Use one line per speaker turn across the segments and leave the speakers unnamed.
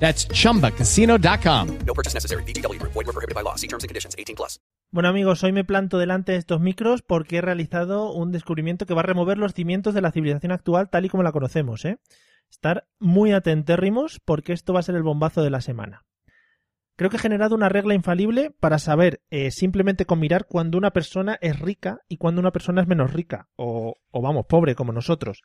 That's chumbacasino.com.
No purchase necessary. VGW Group. Void were prohibited by law. See terms and conditions. 18 plus.
Bueno amigos, hoy me planto delante de estos micros porque he realizado un descubrimiento que va a remover los cimientos de la civilización actual tal y como la conocemos, ¿eh? Estar muy atentérrimos porque esto va a ser el bombazo de la semana. Creo que he generado una regla infalible para saber eh, simplemente con mirar cuando una persona es rica y cuando una persona es menos rica, o, o vamos, pobre como nosotros.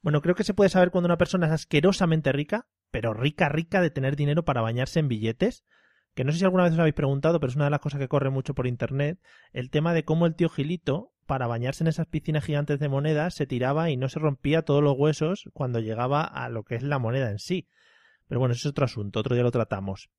Bueno, creo que se puede saber cuando una persona es asquerosamente rica, pero rica, rica de tener dinero para bañarse en billetes, que no sé si alguna vez os habéis preguntado, pero es una de las cosas que corre mucho por internet, el tema de cómo el tío Gilito, para bañarse en esas piscinas gigantes de monedas, se tiraba y no se rompía todos los huesos cuando llegaba a lo que es la moneda en sí. Pero bueno, ese es otro asunto, otro día lo tratamos.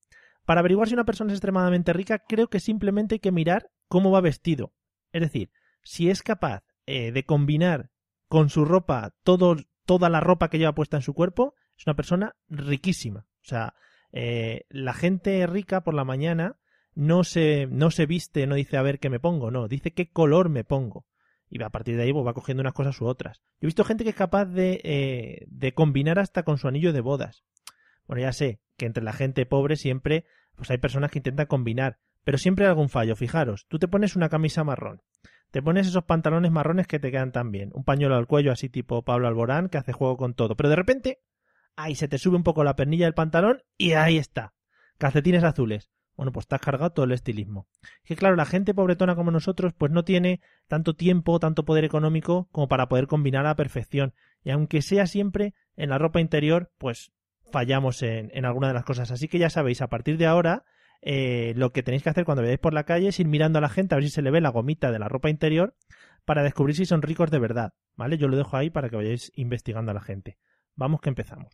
Para averiguar si una persona es extremadamente rica, creo que simplemente hay que mirar cómo va vestido. Es decir, si es capaz eh, de combinar con su ropa todo, toda la ropa que lleva puesta en su cuerpo, es una persona riquísima. O sea, eh, la gente rica por la mañana no se, no se viste, no dice a ver qué me pongo, no, dice qué color me pongo. Y a partir de ahí pues, va cogiendo unas cosas u otras. Yo he visto gente que es capaz de, eh, de combinar hasta con su anillo de bodas. Bueno, ya sé que entre la gente pobre siempre pues hay personas que intentan combinar, pero siempre hay algún fallo. Fijaros, tú te pones una camisa marrón, te pones esos pantalones marrones que te quedan tan bien, un pañuelo al cuello así tipo Pablo Alborán que hace juego con todo, pero de repente ahí se te sube un poco la pernilla del pantalón y ahí está. Calcetines azules. Bueno, pues estás cargado todo el estilismo. Que claro, la gente pobretona como nosotros, pues no tiene tanto tiempo, tanto poder económico como para poder combinar a la perfección. Y aunque sea siempre en la ropa interior, pues fallamos en, en alguna de las cosas. Así que ya sabéis, a partir de ahora, eh, lo que tenéis que hacer cuando veáis por la calle es ir mirando a la gente a ver si se le ve la gomita de la ropa interior para descubrir si son ricos de verdad. ¿Vale? Yo lo dejo ahí para que vayáis investigando a la gente. Vamos que empezamos.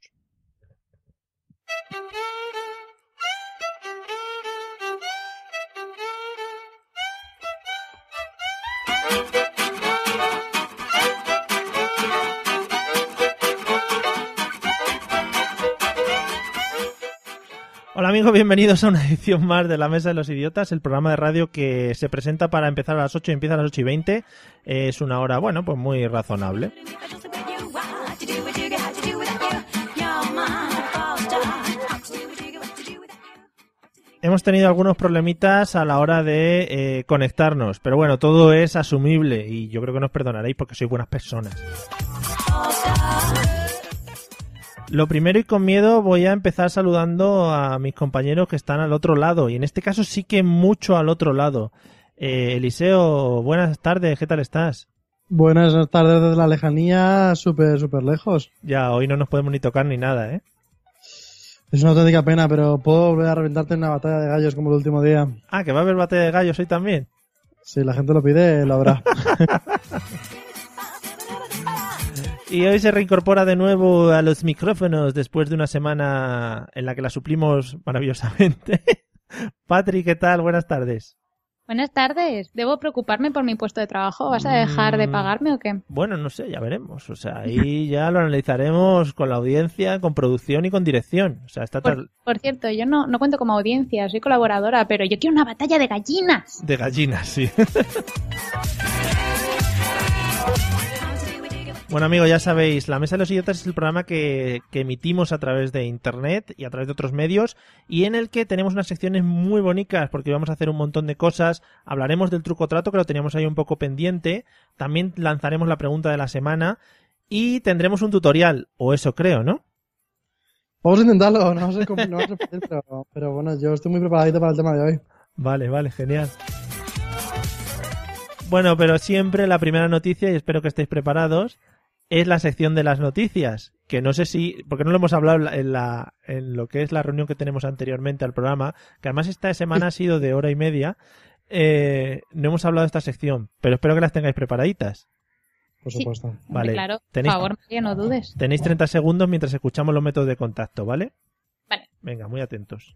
Hola amigos, bienvenidos a una edición más de La Mesa de los Idiotas, el programa de radio que se presenta para empezar a las 8 y empieza a las 8 y 20. Es una hora, bueno, pues muy razonable. Hemos tenido algunos problemitas a la hora de eh, conectarnos, pero bueno, todo es asumible y yo creo que nos perdonaréis porque sois buenas personas. Lo primero y con miedo voy a empezar saludando a mis compañeros que están al otro lado y en este caso sí que mucho al otro lado. Eh, Eliseo, buenas tardes, ¿qué tal estás?
Buenas tardes desde la lejanía, súper, súper lejos.
Ya, hoy no nos podemos ni tocar ni nada, ¿eh?
Es una auténtica pena, pero puedo volver a reventarte en una batalla de gallos como el último día.
Ah, que va a haber batalla de gallos hoy también.
Si la gente lo pide, lo habrá.
Y hoy se reincorpora de nuevo a los micrófonos después de una semana en la que la suplimos maravillosamente. Patri, ¿qué tal? Buenas tardes.
Buenas tardes. ¿Debo preocuparme por mi puesto de trabajo? ¿Vas a dejar de
Mm.
pagarme o qué?
Bueno, no sé, ya veremos. O sea, ahí ya lo analizaremos con la audiencia, con producción y con dirección. O sea, está tal
Por cierto, yo no, no cuento como audiencia, soy colaboradora, pero yo quiero una batalla de gallinas.
de gallinas, sí. Bueno amigos, ya sabéis, La Mesa de los Idiotas es el programa que, que emitimos a través de Internet y a través de otros medios y en el que tenemos unas secciones muy bonitas porque vamos a hacer un montón de cosas, hablaremos del truco trato que lo teníamos ahí un poco pendiente, también lanzaremos la pregunta de la semana y tendremos un tutorial, o eso creo, ¿no?
Vamos a intentarlo, no sé cómo- no sé por qué, pero, pero bueno, yo estoy muy preparadito para el tema de hoy.
Vale, vale, genial. Bueno, pero siempre la primera noticia, y espero que estéis preparados, es la sección de las noticias. Que no sé si, porque no lo hemos hablado en, la- en la, en lo que es la reunión que tenemos anteriormente al programa, que además esta semana ha sido de hora y media. eh, no hemos hablado de esta sección, pero espero que las tengáis preparaditas.
Por
Sí.
supuesto.
Hombre,
Vale,
claro, por
tenéis-
favor, María, no dudes.
Tenéis 30 segundos mientras escuchamos los métodos de contacto, ¿vale?
Vale.
Venga, muy atentos.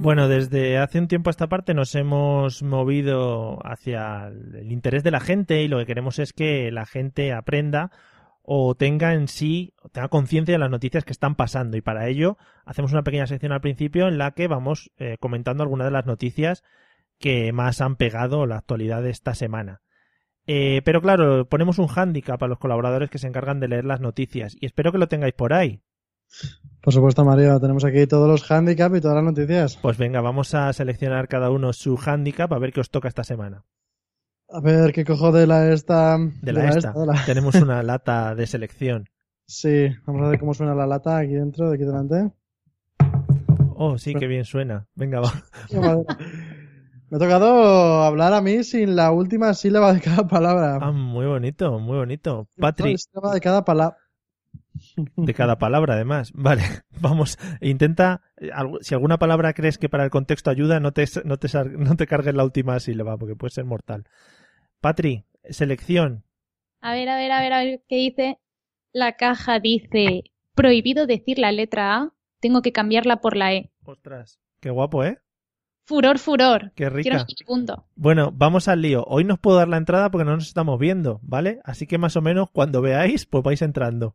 Bueno, desde hace un tiempo a esta parte nos hemos movido hacia el interés de la gente y lo que queremos es que la gente aprenda o tenga en sí, o tenga conciencia de las noticias que están pasando. Y para ello hacemos una pequeña sección al principio en la que vamos eh, comentando algunas de las noticias que más han pegado la actualidad de esta semana. Eh, pero claro, ponemos un hándicap a los colaboradores que se encargan de leer las noticias y espero que lo tengáis por ahí.
Por supuesto, Mario, tenemos aquí todos los handicaps y todas las noticias.
Pues venga, vamos a seleccionar cada uno su handicap a ver qué os toca esta semana.
A ver, ¿qué cojo de la esta?
De la, esta.
de la-
Tenemos una lata de selección.
Sí, vamos a ver cómo suena la lata aquí dentro, de aquí delante.
Oh, sí, qué bien suena. Venga, va.
Qué madera. Me ha tocado hablar a mí sin la última sílaba de cada palabra.
Ah, muy bonito, muy bonito.
Toda
Patrick,
la sílaba de cada palabra.
de cada palabra además. Vale, vamos, intenta, eh, algu- si alguna palabra crees que para el contexto ayuda, no te, no te, sar- no te cargues la última sílaba porque puede ser mortal. Patri, selección.
A ver, a ver, a ver, a ver qué dice. La caja dice, prohibido decir la letra A, tengo que cambiarla por la E.
Ostras, qué guapo, ¿eh?
Furor, furor.
Qué
Quiero
rica.
mi punto.
Bueno, vamos al lío. Hoy no os puedo dar la entrada porque no nos estamos viendo, ¿vale? Así que más o menos cuando veáis, pues vais entrando.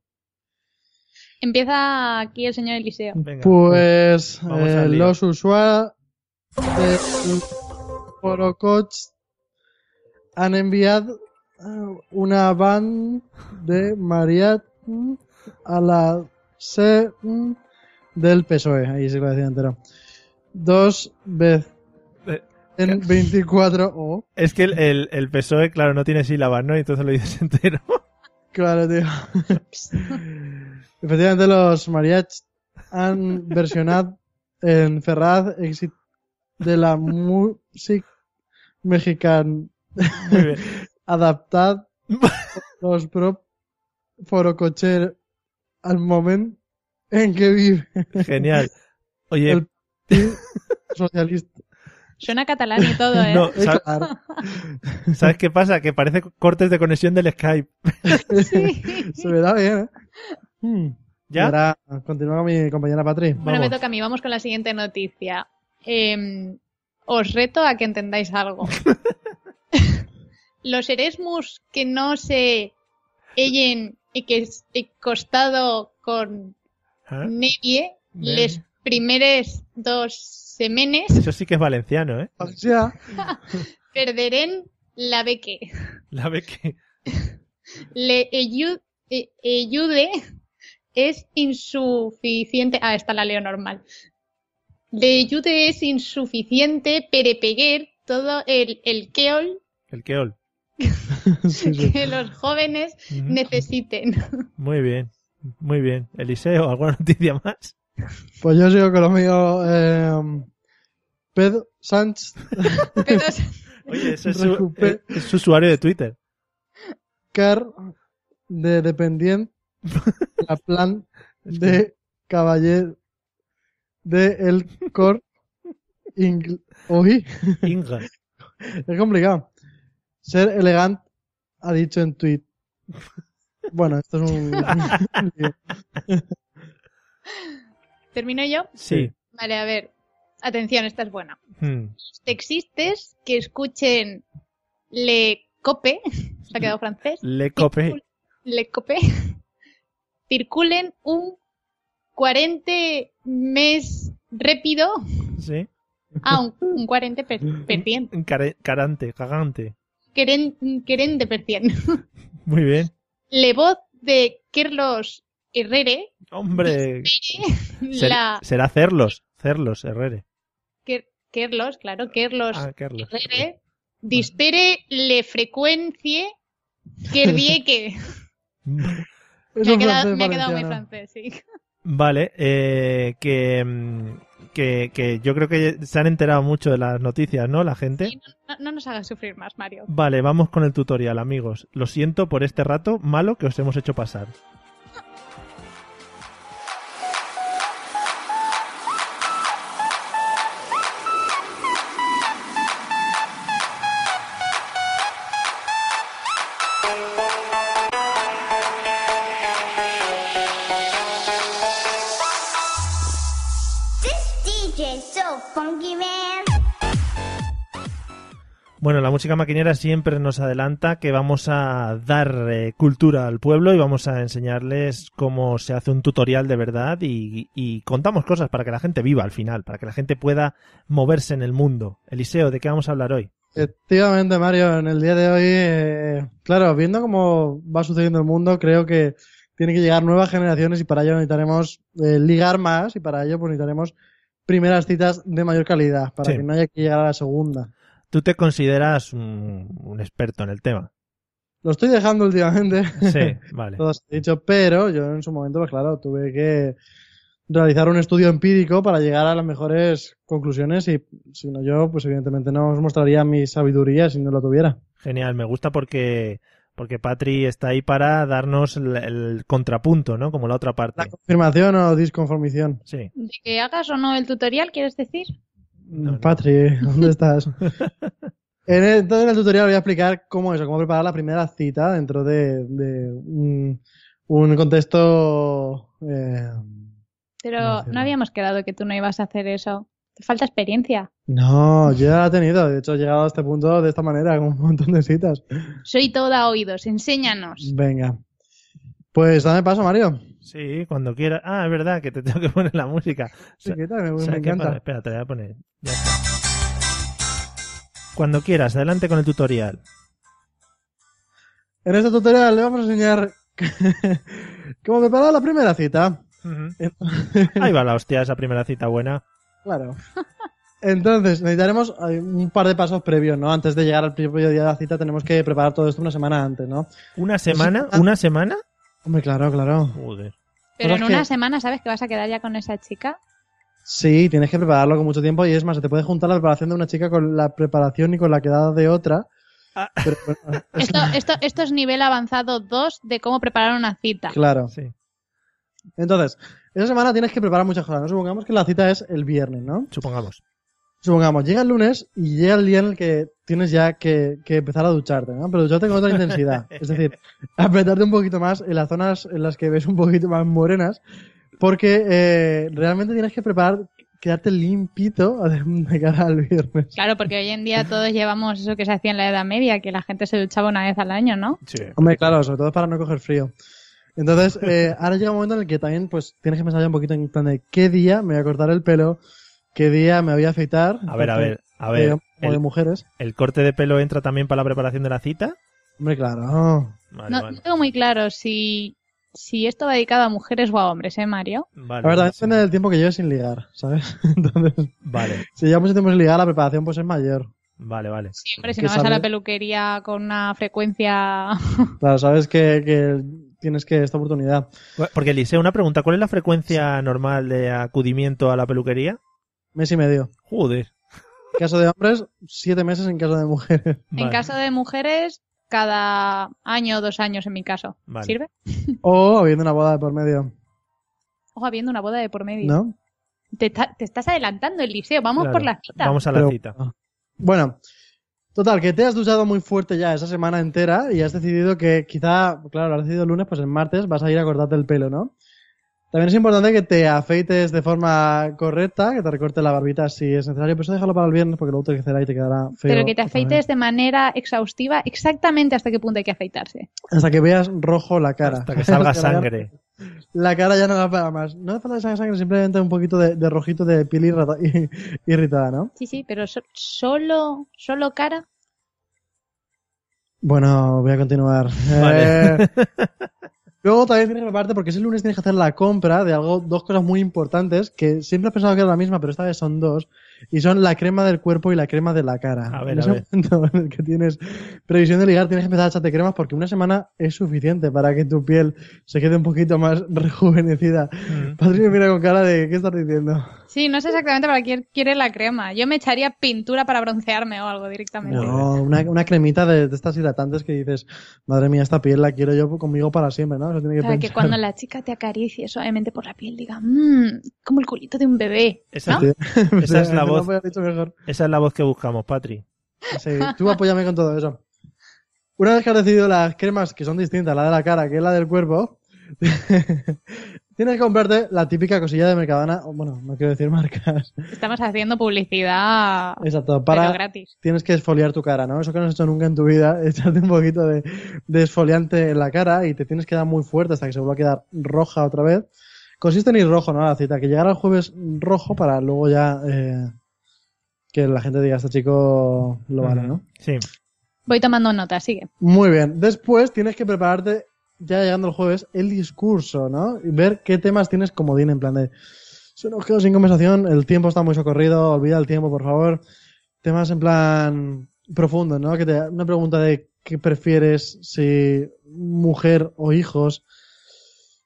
Empieza aquí el señor Eliseo.
Venga.
Pues
Vamos
eh,
al lío.
los usuarios de Forococh han enviado eh, una van de Mariat mm, a la C mm, del PSOE. E. Ahí se lo decía entero. Dos veces.
Eh,
En oh, 24 o.
Es que el, el, el PSOE, E, claro, no tiene sílabas, ¿no? Y entonces lo dices entero.
Claro, tío. Efectivamente, los mariach han versionado en Ferraz Exit de la música mexicana
Muy bien.
adaptad los prop forococher al momento en que vive
Genial. Oye,
El- el socialista.
Suena catalán y todo, ¿eh?
no,
Eh,
¿sabes,
claro.
sabes qué pasa? Que parece cortes de conexión del Skype.
Se verá bien, ¿eh? Hmm.
¿Ya?
Verá, continúa con mi compañera Patri.
Bueno, me
Vamos.
toca a mí. Vamos con la siguiente noticia. Eh, os reto a que entendáis algo. Los Eresmus que no se hellen y que es y costado con
¿Ah?
nevie,
Nevie.
les primeres dos semenes
Eso sí que es valenciano, ¿eh?
O sea,
perderán la beque.
La ve que...
Le ellu- e- ayude es insuficiente. Ah, está la leo normal. Le ayude es insuficiente perepeguer todo el, el queol
El queol.
sí, sí.
que los jóvenes
Ujú.
necesiten.
Mm, Muy bien. Muy bien. Eliseo, ¿alguna noticia más?
Pues yo sigo con lo mío. Eh, Pedro Sánchez
Pero es-
Oye, ese es su, eh,
Recupe-
es su usuario de Twitter.
Car de Dependiente, la plan de Caballero de El Cor Ingl- Uy,
Inga.
es complicado. Ser elegante ha dicho en tweet. Bueno, esto es un.
¿Termino yo?
Sí.
Vale, a ver. Atención, esta es buena.
Hmm.
Los Taxistas que escuchen Le Cope, se ha quedado francés,
Le copé.
le copé, circulen un 40 mes rápido
Sí.
a un, un 40 per, per cien,
Care- carante, cagante.
queren, querente per cien.
Muy bien.
Le voz de Carlos Herrere,
Hombre. ser-
la...
Será Cerlos. Cerlos, Herrere.
Quer- Carlos, claro, Carlos
Ah, Carlos.
Herrere, dispere le frecuencie que dieque.
Es
Me ha
un
Mm.
quedado,
francés
me ha quedado muy
valenciano.
francés, sí.
Vale, eh, que, mm, que, que yo creo que se han enterado mucho de las noticias, ¿no? La gente.
Sí, no, no nos hagas sufrir más, Mario.
Vale, vamos con el tutorial, amigos. Lo siento por este rato malo que os hemos hecho pasar.
This DJ's so funky, man.
Bueno, la música maquinera siempre nos adelanta que vamos a dar eh, cultura al pueblo y vamos a enseñarles cómo se hace un tutorial de verdad y, y contamos cosas para que la gente viva al final, para que la gente pueda moverse en el mundo. Eliseo, ¿de qué vamos a hablar hoy?
Efectivamente, Mario, en el día de hoy, eh, claro, viendo cómo va sucediendo el mundo, creo que tiene que llegar nuevas generaciones y para ello necesitaremos eh, ligar más y para ello pues necesitaremos primeras citas de mayor calidad, para
Sí.
que no haya que llegar a la segunda.
Tú te consideras un, un experto en el tema.
Lo estoy dejando últimamente,
Sí, vale.
todo se ha dicho, pero yo en su momento, pues claro, tuve que realizar un estudio empírico para llegar a las mejores conclusiones y si no yo, pues evidentemente no os mostraría mi sabiduría si no la tuviera.
Genial, me gusta porque, porque Patri está ahí para darnos el, el contrapunto, ¿no? Como la otra
La
parte.
confirmación o disconformición.
Sí.
¿De que hagas o no el tutorial, quieres decir?
no.
Patri, ¿dónde estás? En el- entonces en el tutorial voy a explicar cómo eso, cómo preparar la primera cita dentro de, de un, un contexto eh,
Pero
No,
no,
cierto.
habíamos quedado que tú no ibas a hacer eso. Te falta experiencia.
no, yo ya la he tenido, de hecho he llegado a este punto de esta manera, con un montón de citas.
Soy toda oídos, enséñanos.
Venga. Pues dame paso, Mario.
Sí, cuando quieras. Ah, es verdad que te tengo que poner la música.
Sí, ¿qué tal? Me,
O
me
sea, que para-
encanta.
espera, te la voy a poner. Ya está. Cuando quieras, adelante con el tutorial.
En este tutorial le vamos a enseñar cómo preparar la primera cita.
Ahí va la hostia, esa primera cita buena.
Claro. Entonces, necesitaremos eh, un par de pasos previos, ¿no? Antes de llegar al propio día de la cita tenemos que preparar todo esto una semana antes, ¿no?
¿Una semana? ¿Una semana?
Hombre, claro, claro.
Joder.
Pero
es
en
que-
una semana sabes que vas a quedar ya con esa chica.
Sí, tienes que prepararlo con mucho tiempo y es más, se te puede juntar la preparación de una chica con la preparación y con la quedada de otra.
Ah.
Pero bueno,
Esto, esto, esto es nivel avanzado 2 de cómo preparar una cita.
claro.
Sí.
Entonces, esa semana tienes que preparar muchas cosas. ¿no? Supongamos que la cita es el viernes, ¿no?
Supongamos.
Supongamos, llega el lunes y llega el día en el que tienes ya que, que empezar a ducharte, ¿no? Pero ducharte con otra intensidad. Es decir, apretarte un poquito más en las zonas en las que ves un poquito más morenas, porque eh, realmente tienes que preparar, quedarte limpito de cara al viernes.
Claro, porque hoy en día todos llevamos eso que se hacía en la Edad Media, que la gente se duchaba una vez al año, ¿no?
Sí.
Hombre, claro, sobre todo para no coger frío. Entonces, eh, ahora llega un momento en el que también pues tienes que pensar ya un poquito en plan de qué día me voy a cortar el pelo, qué día me voy a afeitar.
A ver, a
tanto
ver, a
de
ver.
hombres como de
¿El,
mujeres.
el corte de pelo entra también para la preparación de la cita?
Hombre, claro.
Vale,
No,
vale.
no tengo muy claro si, si esto va dedicado a mujeres o a hombres, ¿eh, Mario?
Vale,
La verdad,
sí.
depende del tiempo que lleves sin ligar, ¿sabes? Entonces,
Vale,
si llevas mucho tiempo sin ligar, la preparación pues es mayor.
vale, vale.
Siempre, si
Que
no vas a
sabe-
la peluquería con una frecuencia.
Claro, sabes que, que tienes que esta oportunidad.
Porque, Eliseo, una pregunta. ¿Cuál es la frecuencia normal de acudimiento a la peluquería?
Mes y medio.
Joder.
En caso de hombres, siete meses en caso de mujeres.
En
Vale,
caso de mujeres, cada año o dos años en mi caso.
Vale.
¿Sirve?
O habiendo una boda de por medio,
Ojo, habiendo una boda de por medio.
¿no?
Te, ta- te estás adelantando, Eliseo. Vamos
claro.
por la cita.
Vamos a la
Pero- ah,
cita.
Bueno, total, que te has duchado muy fuerte ya esa semana entera y has decidido que quizá, claro, lo has decidido el lunes, pues el martes vas a ir a cortarte el pelo, ¿no? También es importante que te afeites de forma correcta, que te recortes la barbita si es necesario, pero eso déjalo para el viernes porque luego te crecerá y te quedará feo.
Pero que te
otra vez.
afeites de manera exhaustiva exactamente hasta qué punto hay que afeitarse.
Hasta que veas rojo la cara.
Hasta que salga
Hasta la-
sangre.
La cara ya no da para más. No hace falta que salga sangre, simplemente un poquito de, de rojito de piel irrata- irritada, ¿no?
Sí, sí, pero so- solo, solo cara.
Bueno, voy a continuar.
Vale.
Eh, luego también tienes que prepararte porque ese lunes tienes que hacer la compra de algo, dos cosas muy importantes que siempre has pensado que era la misma, pero esta vez son dos. Y son la crema del cuerpo y la crema de la cara.
A ver,
en
a
ese
ver.
momento en el que tienes previsión de ligar, tienes que empezar a echarte cremas porque una semana es suficiente para que tu piel se quede un poquito más rejuvenecida.
Mm.
Patrick me mira con cara de ¿qué estás diciendo?
Sí, no sé exactamente para quién quiere la crema. Yo me echaría pintura para broncearme o algo directamente.
No, una, una cremita de, de estas hidratantes que dices, madre mía, esta piel la quiero yo conmigo para siempre, ¿no? Eso tiene que
Para que
pensar.
cuando la chica te acaricie suavemente por la piel diga, mmm, como el culito de un bebé.
Esa,
Sí.
Esa es la
No
voz.
me lo has dicho mejor.
esa es la voz que buscamos, Patri.
Sí, tú apóyame con todo eso. Una vez que has decidido las cremas que son distintas, la de la cara que es la del cuerpo, tienes que comprarte la típica cosilla de Mercadona, o bueno, no quiero decir marcas,
Estamos haciendo publicidad,
exacto,
pero
Eh, para
gratis.
tienes que esfoliar tu cara, ¿no? Eso que no has hecho nunca en tu vida, echarte un poquito de, de esfoliante en la cara y te tienes que dar muy fuerte hasta que se vuelva a quedar roja otra vez. Consiste en ir rojo, ¿no? La cita, que llegar al jueves rojo para luego ya eh, que la gente diga, este chico lo vale, ¿no?
Sí.
Voy tomando nota, sigue.
Muy bien. Después tienes que prepararte, ya llegando el jueves, el discurso, ¿no? Y ver qué temas tienes como en plan de. Se nos quedó sin conversación, el tiempo está muy socorrido, olvida el tiempo, por favor. Temas en plan profundo, ¿no? Que te, una pregunta de qué prefieres si mujer o hijos.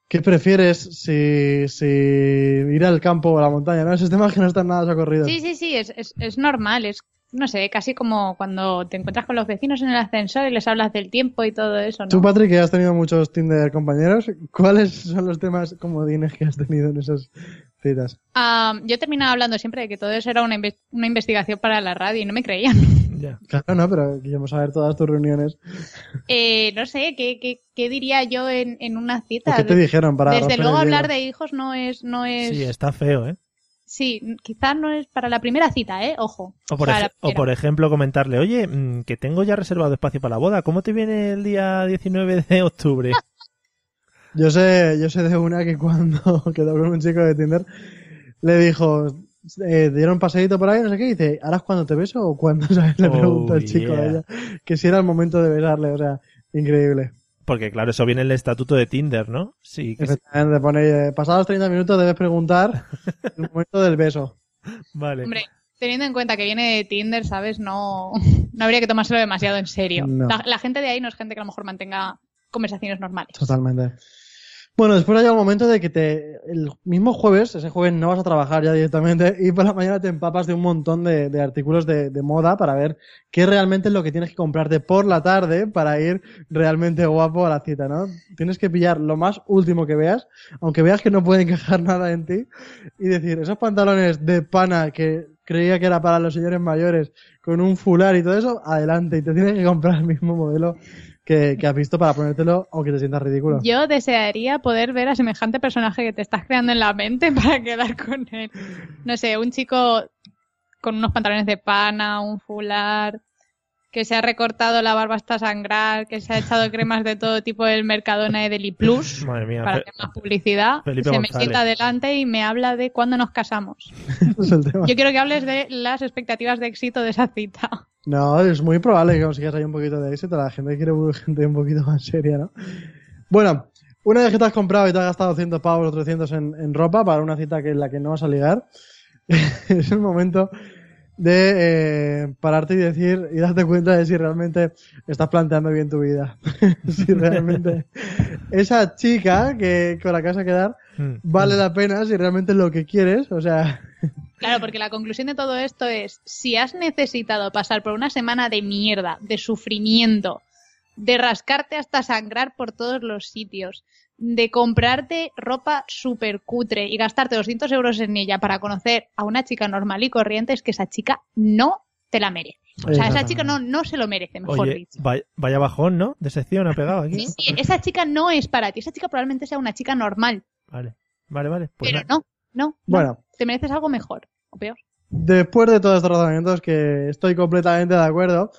¿Qué prefieres si, si ir al campo o a la montaña? ¿no? Esos temas que no están nada socorridos.
Sí, sí, sí, es, es, es normal, es, no sé, casi como cuando te encuentras con los vecinos en el ascensor y les hablas del tiempo y todo eso, ¿no?
Tú, Patrick, que has tenido muchos Tinder compañeros, ¿cuáles son los temas comodines que has tenido en esas citas?
Ah, yo terminaba hablando siempre de que todo eso era una, inve- una investigación para la radio y no me creían.
Ya.
Claro, no, pero queremos saber todas tus reuniones.
Eh, no sé, ¿qué, qué, qué diría yo en, en una
¿O
cita?
¿Qué te dijeron para
Desde
romper
luego
el hielo?
hablar de hijos no es, no es,
Sí, está feo, ¿eh?
sí, quizás no es para la primera cita, eh, ojo.
O por,
Para
ej-
la
o
primera.
por ejemplo, comentarle, oye, mm, que tengo ya reservado espacio para la boda, ¿cómo te viene el día 19 de octubre?
Yo sé, yo sé de una que cuando quedó con un chico de Tinder, le dijo, eh, dieron paseíto por ahí, no sé qué, y dice, ¿harás cuando te beso o cuando? ¿Sabes? Le
Oh,
pregunta el chico
yeah.
a ella, que si era el momento de besarle, o sea, increíble.
Porque claro, eso viene en el estatuto de Tinder, ¿no? Sí, que sí.
Efectivamente, te pone, eh, pasados 30 minutos debes preguntar el momento del beso.
Vale.
Hombre, teniendo en cuenta que viene de Tinder, ¿sabes? No, no habría que tomárselo demasiado en serio.
No.
La, la gente de ahí no es gente que a lo mejor mantenga conversaciones normales.
Totalmente. Bueno, después ha llegado el momento de que te, el mismo jueves, ese jueves no vas a trabajar ya directamente y por la mañana te empapas de un montón de, de artículos de, de moda para ver qué realmente es lo que tienes que comprarte por la tarde para ir realmente guapo a la cita, ¿no? Tienes que pillar lo más último que veas, aunque veas que no puede encajar nada en ti y decir, esos pantalones de pana que creía que era para los señores mayores con un fular y todo eso, adelante y te tienes que comprar el mismo modelo que, que has visto para ponértelo aunque te sientas ridículo.
Yo desearía poder ver a semejante personaje que te estás creando en la mente para quedar con él. No sé, un chico con unos pantalones de pana, un fular, que se ha recortado la barba hasta sangrar, que se ha echado cremas de todo tipo del Mercadona y del Iplus
Madre mía.
para
Fe-
hacer más publicidad.
Felipe
se me
González.
sienta delante y me habla de cuándo nos casamos.
Ese es el tema.
Yo quiero que hables de las expectativas de éxito de esa cita.
No, es muy probable que consigas ahí un poquito de éxito. La gente quiere bu- gente un poquito más seria, ¿no? Bueno, una vez que te has comprado y te has gastado 100 pavos o 300 en, en ropa para una cita que es la que no vas a ligar, es el momento de eh, pararte y decir y darte cuenta de si realmente estás planteando bien tu vida. si realmente esa chica que con la que vas a quedar
Mm.
vale la pena, si realmente es lo que quieres, o sea,
Claro, porque la conclusión de todo esto es, si has necesitado pasar por una semana de mierda, de sufrimiento, de rascarte hasta sangrar por todos los sitios, de comprarte ropa súper cutre y gastarte 200 euros en ella para conocer a una chica normal y corriente, es que esa chica no te la merece. O sea, esa chica no, no se lo merece, mejor
Oye,
dicho.
vaya, vaya bajón, ¿no? De sección ha pegado aquí.
Sí, sí, esa chica no es para ti. Esa chica probablemente sea una chica normal,
Vale, vale, vale. Pues
pero
nada.
no, no, no.
bueno.
te mereces algo mejor o peor.
después de todos estos razonamientos que estoy completamente de acuerdo,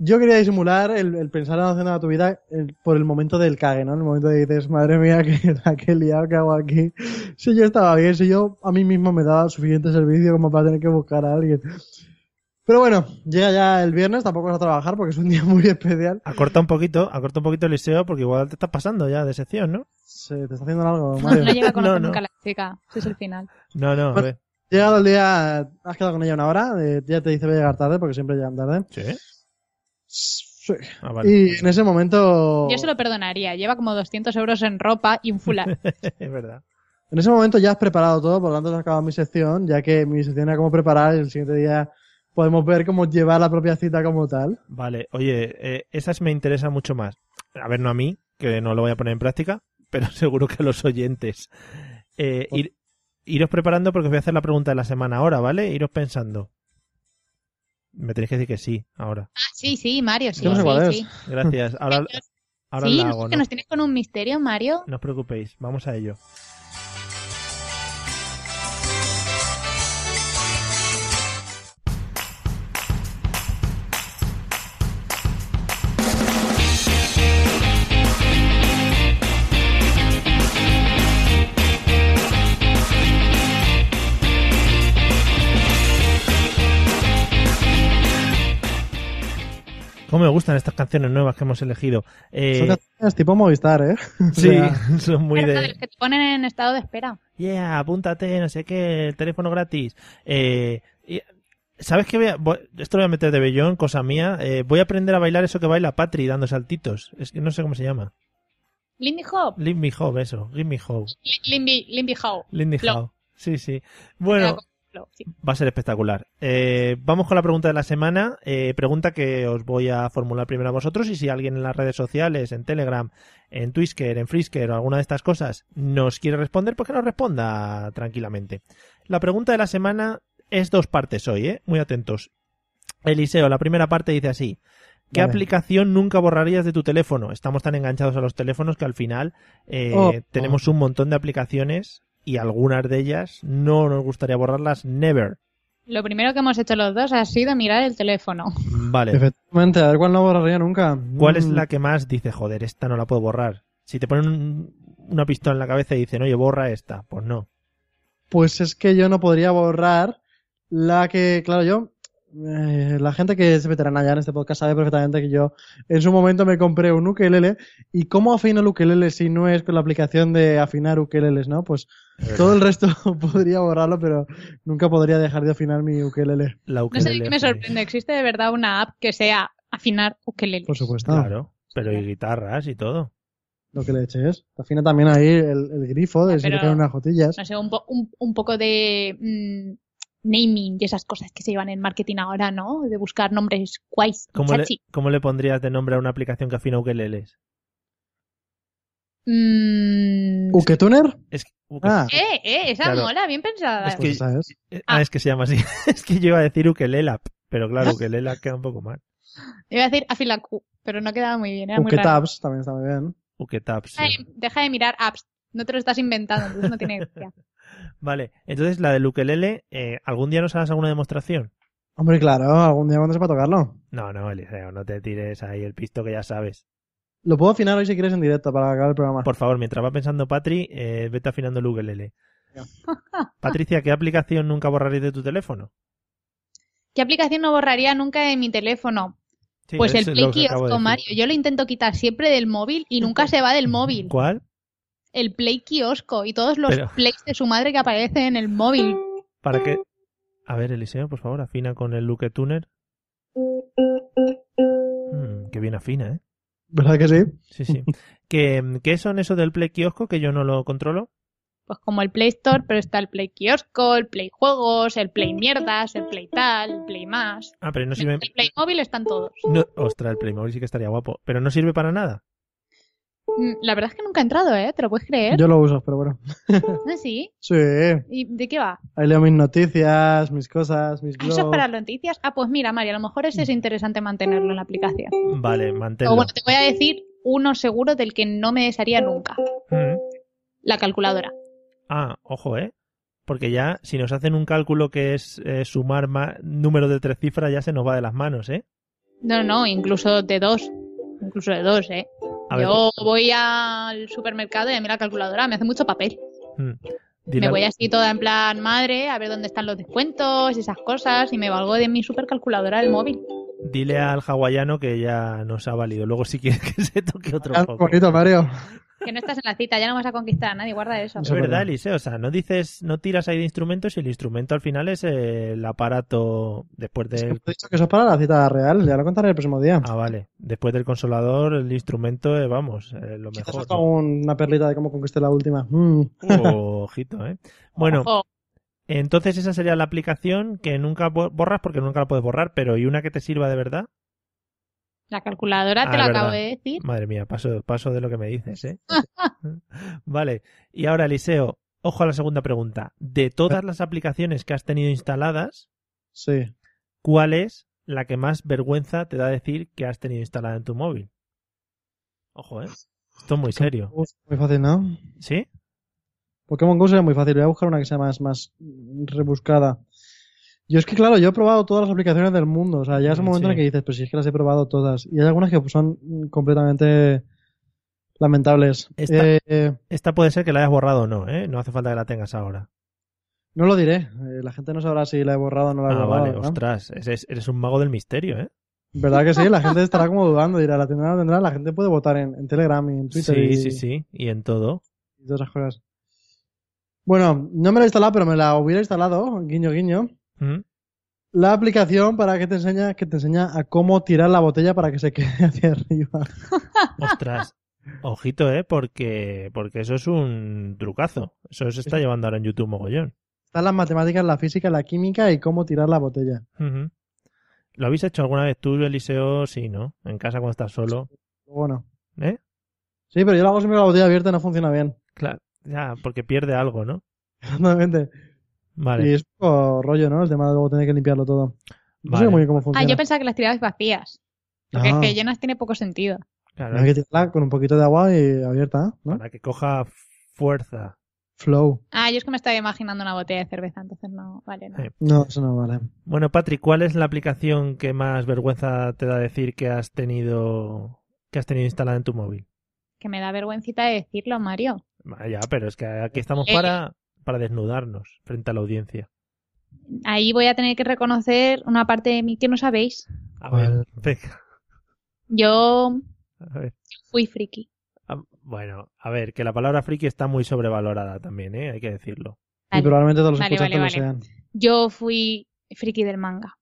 yo quería disimular el, el pensar en la cena de tu vida el- por el momento del cague, ¿no? El momento de que dices, madre mía, que la que he liado que hago aquí. Si yo estaba bien, si yo a mí mismo me daba suficiente servicio como para tener que buscar a alguien. Pero bueno, llega ya el viernes, tampoco vas a trabajar porque es un día muy especial.
Acorta un poquito, acorta un poquito el liceo porque igual te estás pasando ya de sección, ¿no?
Se te está haciendo algo,
No,
Mario.
llega a conocer
No, no.
nunca a la chica. Ese es el final.
No, no, a
Bueno.
ver.
Llegado el día, has quedado con ella una hora, eh, ya te dice voy a llegar tarde porque siempre llegan tarde.
Sí.
Sí.
Ah, vale.
Y en ese momento...
Oh.
Yo se lo perdonaría. Lleva como 200 euros en ropa y un fular.
es verdad.
En ese momento ya has preparado todo, por lo tanto has acabado mi sección, ya que mi sección era cómo preparar y el siguiente día podemos ver cómo llevar la propia cita como tal.
Vale, oye, eh, esas me interesan mucho más. A ver, no a mí, que no lo voy a poner en práctica, pero seguro que a los oyentes. Eh, ir- iros preparando porque os voy a hacer la pregunta de la semana ahora, ¿vale? Iros pensando. Me tenéis que decir que sí, ahora.
Ah, sí, sí, Mario, sí,
Yo no sé
sí,
cuál es.
sí.
Gracias. Ahora, ahora
sí,
la
no
hago,
sé que
¿no?
nos tienes con un misterio, Mario.
No os preocupéis, vamos a ello. Cómo me gustan estas canciones nuevas que hemos elegido. Eh,
Son canciones tipo Movistar, ¿eh? O
Sí,
sea,
son muy
Claro,
de...
los que te ponen en estado de espera.
Yeah, apúntate, no sé qué, el teléfono gratis. Eh, y- ¿Sabes qué? Voy a- voy- esto lo voy a meter de bellón, cosa mía. Eh, voy a aprender a bailar eso que baila Patri dando saltitos. Es que no sé cómo se llama.
Lindy Hop.
Leave me home, eso. Give me home.
Li- Lindy, Lindy Hop.
Lindy
Lo-
Hop. Sí, sí. Bueno,
Lo- sí.
va a ser espectacular. Eh, vamos con la pregunta de la semana. Eh, pregunta que os voy a formular primero a vosotros y si alguien en las redes sociales, en Telegram, en Twisker, en Frisker o alguna de estas cosas nos quiere responder, pues que nos responda tranquilamente. La pregunta de la semana es dos partes hoy, ¿eh? Muy atentos. Eliseo, la primera parte dice así. ¿Qué
Vale.
aplicación nunca borrarías de tu teléfono? Estamos tan enganchados a los teléfonos que al final eh,
Oh.
tenemos un montón de aplicaciones y algunas de ellas no nos gustaría borrarlas never.
Lo primero que hemos hecho los dos ha sido mirar el teléfono.
Vale.
Efectivamente, a ver cuál no borraría nunca.
¿Cuál es
Mm,
la que más dice, joder, esta no la puedo borrar? Si te ponen un- una pistola en la cabeza y dicen, oye, borra esta, pues no.
Pues es que yo no podría borrar la que, claro, yo, eh, la gente que es veterana ya en este podcast sabe perfectamente que yo en su momento me compré un ukelele y cómo afino el ukelele si no es con la aplicación de afinar ukeleles, ¿no? Pues todo el resto podría borrarlo, pero nunca podría dejar de afinar mi ukelele,
La
No sé
ukelele,
qué me
joder.
sorprende. ¿Existe de verdad una app que sea afinar ukelele?
por supuesto.
Claro, pero y guitarras y todo.
Lo que le eches. Afina también ahí el, el grifo de si
Ah, Pero-
le caen unas jotillas.
No sé, un, po- un, un poco de mm, naming y esas cosas que se llevan en marketing ahora, ¿no? De buscar nombres guays,
¿Cómo le,
chachi.
¿Cómo le pondrías de nombre a una aplicación que afina ukeleles?
Mm,
¿Uketuner?
Es que, uke-
Ah,
eh, eh, esa
Claro.
mola, bien pensada.
Es que-
pues esa es.
eh, ah, es que se llama así. es que yo iba a decir ukelelap, pero
Ah.
claro, ukelelap queda un poco mal.
Iba a decir afilacu, pero no quedaba muy bien, era muy raro.
Uketabs también está muy bien.
Uketap, sí.
Deja de, deja de mirar apps, no te lo estás inventando, entonces no tiene gracia.
Vale, entonces la del ukelele, eh, ¿algún día nos harás alguna demostración?
Hombre, claro, algún día cuando sepa tocarlo.
No, no, Eliseo, no te tires ahí el pisto que ya sabes.
Lo puedo afinar hoy si quieres en directo para acabar el programa.
Por favor, mientras va pensando Patri, eh, vete afinando el ukelele.
Ya.
Patricia, ¿qué aplicación nunca borraréis de tu teléfono?
¿Qué aplicación no borraría nunca de mi teléfono?
Sí,
pues el
eso es
Play
lo que acabo de
Kiosco,
decir.
Mario. Yo lo intento quitar siempre del móvil y nunca se va del móvil.
¿Cuál?
El Play Kiosco y todos los
Pero-
plays de su madre que aparecen en el móvil.
¿Para
Mm.
qué? A ver, Eliseo, por favor, afina con el Luke Tuner. Mm, que bien afina, ¿eh?
¿Verdad que sí?
Sí, sí. ¿Qué, qué son eso del Play Kiosco que yo no lo controlo?
Pues como el Play Store, pero está el Play Kiosco, el Play Juegos, el Play Mierdas, el Play Tal, el Play Más.
Ah, pero no sirve...
El Play Móvil están todos.
No, ostras, el Playmobil sí que estaría guapo. Pero no sirve para nada.
Mm, La verdad es que nunca he entrado, ¿eh? ¿Te lo puedes creer?
Yo lo uso, pero bueno.
Ah, ¿Sí?
Sí,
¿Y de qué va?
ahí leo mis noticias, mis cosas, mis
Ah, ¿Eso es
blogs.
para las noticias? Ah, pues mira, María, a lo mejor
Mm.
ese es interesante mantenerlo en la aplicación.
Vale,
O
manténlo.
bueno, te voy a decir uno seguro del que no me desharía nunca.
Mm.
La calculadora.
Ah, ojo, ¿eh? Porque ya, si nos hacen un cálculo que es eh, sumar ma- número de tres cifras, ya se nos va de las manos, ¿eh?
No, no, incluso de dos. Incluso de dos, ¿eh?
A ver,
Yo voy al supermercado y a mí la calculadora me hace mucho papel.
mm, dile
me
al-
voy así toda en plan madre a ver dónde están los descuentos y esas cosas y me valgo de mi supercalculadora del móvil.
dile al hawaiano que ya nos ha valido. Luego si quieres que se toque otro
Ah,
poco.
bonito, Mario.
Que no estás en la cita, ya no vas a conquistar a nadie, guarda eso.
Es
Eso es
verdad,
verdad.
Eliseo. O sea, no dices, no tiras ahí de instrumentos y el instrumento al final es el aparato después
Es que
del.
te he dicho que eso es para la cita real, ya lo contaré el próximo día.
Ah, vale. Después del consolador, el instrumento, eh, vamos, eh, lo
Quizás
mejor.
suelto una perlita de cómo conquisté la última. Mm.
¿no? Ojito, ¿eh? Bueno,
Ojo.
entonces esa sería la aplicación que nunca bo- borras porque nunca la puedes borrar, pero ¿y una que te sirva de verdad?
La calculadora te
Ah,
lo
es
acabo
verdad.
de decir.
Madre mía, paso, paso de lo que me dices, ¿eh? vale, y ahora Eliseo, ojo a la segunda pregunta. De todas las aplicaciones que has tenido instaladas,
Sí.
¿cuál es la que más vergüenza te da decir que has tenido instalada en tu móvil? Ojo, ¿eh? Esto es muy serio.
Uf, muy fácil, ¿no?
¿Sí?
Pokémon Go sería muy fácil. Voy a buscar una que sea más, más rebuscada. Yo es que, claro, yo he probado todas las aplicaciones del mundo. O sea, ya es un
Mm,
momento en
sí.
el que dices, pero si es que las he probado todas. Y hay algunas que son completamente lamentables.
Esta-
Eh, eh,
Esta puede ser que la hayas borrado o no, ¿eh? No hace falta que la tengas ahora.
no lo diré. Eh, la gente no sabrá si la he borrado o no la he
Ah,
borrado.
vale,
¿verdad?
ostras, eres, eres un mago del misterio, ¿eh?
¿Verdad que sí? La gente estará como dudando. Dirá, la tendrá, la tendrá. La gente puede votar en, en Telegram y en Twitter.
Sí,
y-
sí, sí, y en todo.
y todas esas cosas. Bueno, no me la he instalado, pero me la hubiera instalado, guiño, guiño.
¿Mm?
La aplicación para que te enseña, que te enseña a cómo tirar la botella para que se quede hacia arriba.
Ostras, ojito, ¿eh? Porque, porque eso es un trucazo. Eso se está llevando ahora en YouTube mogollón.
Están las matemáticas, la física, la química y cómo tirar la botella.
Ujú. ¿Lo habéis hecho alguna vez tú, Eliseo? Sí, ¿no? En casa cuando estás solo.
Luego no.
¿Eh?
Sí, pero yo lo hago siempre con la botella abierta y no funciona bien.
Claro. Ya, porque pierde algo, ¿no?
Exactamente.
Vale.
Y es un poco rollo, ¿no? El tema de luego tener que limpiarlo todo. No
Vale.
sé muy bien cómo funciona.
Ah, yo pensaba que las tirabas vacías. Porque
Ah.
es que llenas tiene poco sentido.
Claro,
Hay que tirarla con un poquito de agua y abierta, ¿no?
para que coja fuerza.
Flow.
Ah, yo es que me estaba imaginando una botella de cerveza, entonces no, vale, no.
Sí.
No, eso no vale.
Bueno, Patrick, ¿cuál es la aplicación que más vergüenza te da decir que has tenido que has tenido instalada en tu móvil?
Que me da vergüencita de decirlo, Mario.
Ah, Ya, pero es que aquí estamos
Eh.
para, para desnudarnos frente a la audiencia.
Ahí voy a tener que reconocer una parte de mí que no sabéis.
A
¿Cuál?
ver, venga,
Yo
a ver.
fui friki.
Ah, Bueno, a ver, que la palabra friki está muy sobrevalorada también, ¿eh? Hay que decirlo.
Y
Vale.
probablemente todos los
Vale,
escuchantes
vale,
lo
vale.
sean.
Yo fui friki del manga.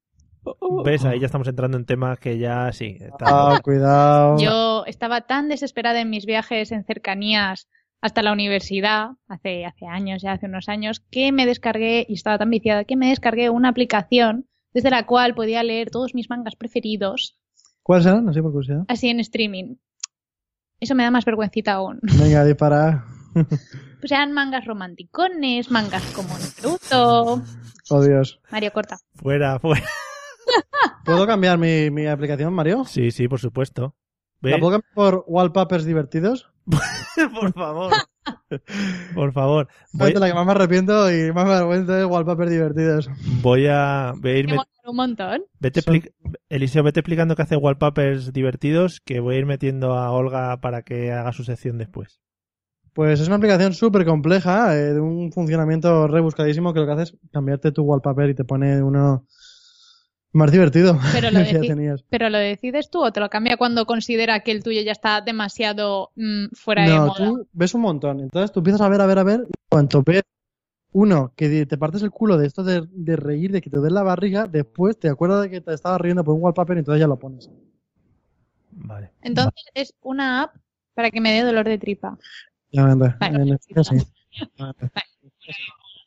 ¿Ves? Ahí ya estamos entrando en temas que ya sí.
Uh. Ah,
Está...
cuidado.
Yo estaba tan desesperada en mis viajes en cercanías hasta la universidad, hace, hace años, ya hace unos años, que me descargué, y estaba tan viciada, que me descargué una aplicación desde la cual podía leer todos mis mangas preferidos,
¿Cuáles eran? Así por curiosidad.
así en streaming. Eso me da más vergüencita aún.
Venga, dispara.
Pues eran mangas romanticones, mangas como Naruto...
Oh, Dios.
Mario, corta.
Fuera, fuera.
¿Puedo cambiar mi, mi aplicación, Mario?
Sí, sí, por supuesto.
¿La
¿Ves?
puedo cambiar por wallpapers divertidos?
por favor. por favor. Voy,
De la que más me arrepiento y más me avergüenza es wallpapers divertidos.
voy a, voy a
Que
irme.
molan un montón.
Vete
Son-
pli- Eliseo, vete explicando que hace wallpapers divertidos que voy a ir metiendo a Olga para que haga su sección después.
Pues es una aplicación súper compleja, eh, de un funcionamiento rebuscadísimo que lo que hace es cambiarte tu wallpaper y te pone uno más divertido
Pero lo
que ya
decí-
tenías.
Pero lo decides tú o te lo cambia cuando considera que el tuyo ya está demasiado mm, fuera de
No,
moda.
tú ves un montón. Entonces tú empiezas a ver, a ver, a ver. Y cuanto ves uno que di- te partes el culo de esto de, de reír, de que te des la barriga, después te acuerdas de que te estabas riendo por un wallpaper y entonces ya lo pones.
Vale.
Entonces es una app para que me dé dolor de tripa.
Ya, anda.
Vale.
En este sí.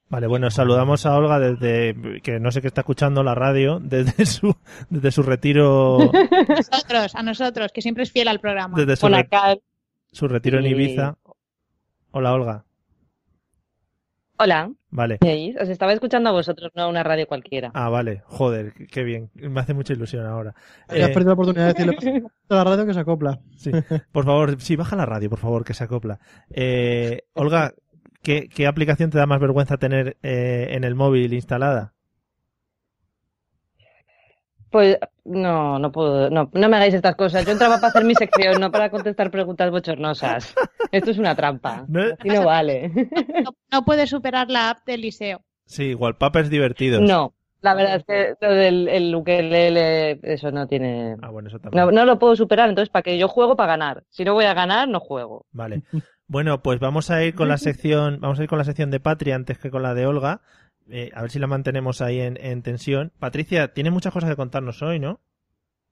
Vale, bueno, saludamos a Olga desde que no sé qué está escuchando la radio, desde su desde su retiro
Nosotros, a nosotros, que siempre es fiel al programa.
desde su,
Hola,
re-
Cal.
su retiro en
Sí.
Ibiza. Hola, Olga.
Hola,
Vale.
¿me oís? Os estaba escuchando a vosotros, no a una radio cualquiera.
Ah, vale. Joder, qué- qué bien. Me hace mucha ilusión ahora.
Ahí has
Eh,
perdido la oportunidad de decirle a la radio que se acopla.
Sí, por favor, sí, baja la radio, por favor, que se acopla. Eh, Olga, ¿qué, qué aplicación te da más vergüenza tener eh, en el móvil instalada?
Pues no, no puedo, no, no me hagáis estas cosas. Yo entraba para hacer mi sección, no para contestar preguntas bochornosas. Esto es una trampa.
¿No?
Y no vale.
No, no puedes superar la app del liceo.
Sí, wallpapers divertidos.
No, la verdad es que lo del el ukelele, eso no tiene.
Ah, bueno, eso también.
No, no lo puedo superar, entonces, ¿para qué? Yo juego para ganar. Si no voy a ganar, no juego.
Vale. Bueno, pues vamos a ir con la sección, vamos a ir con la sección de Patria antes que con la de Olga. Eh, a ver si la mantenemos ahí en, en tensión. Patricia, tienes muchas cosas que contarnos hoy, ¿no?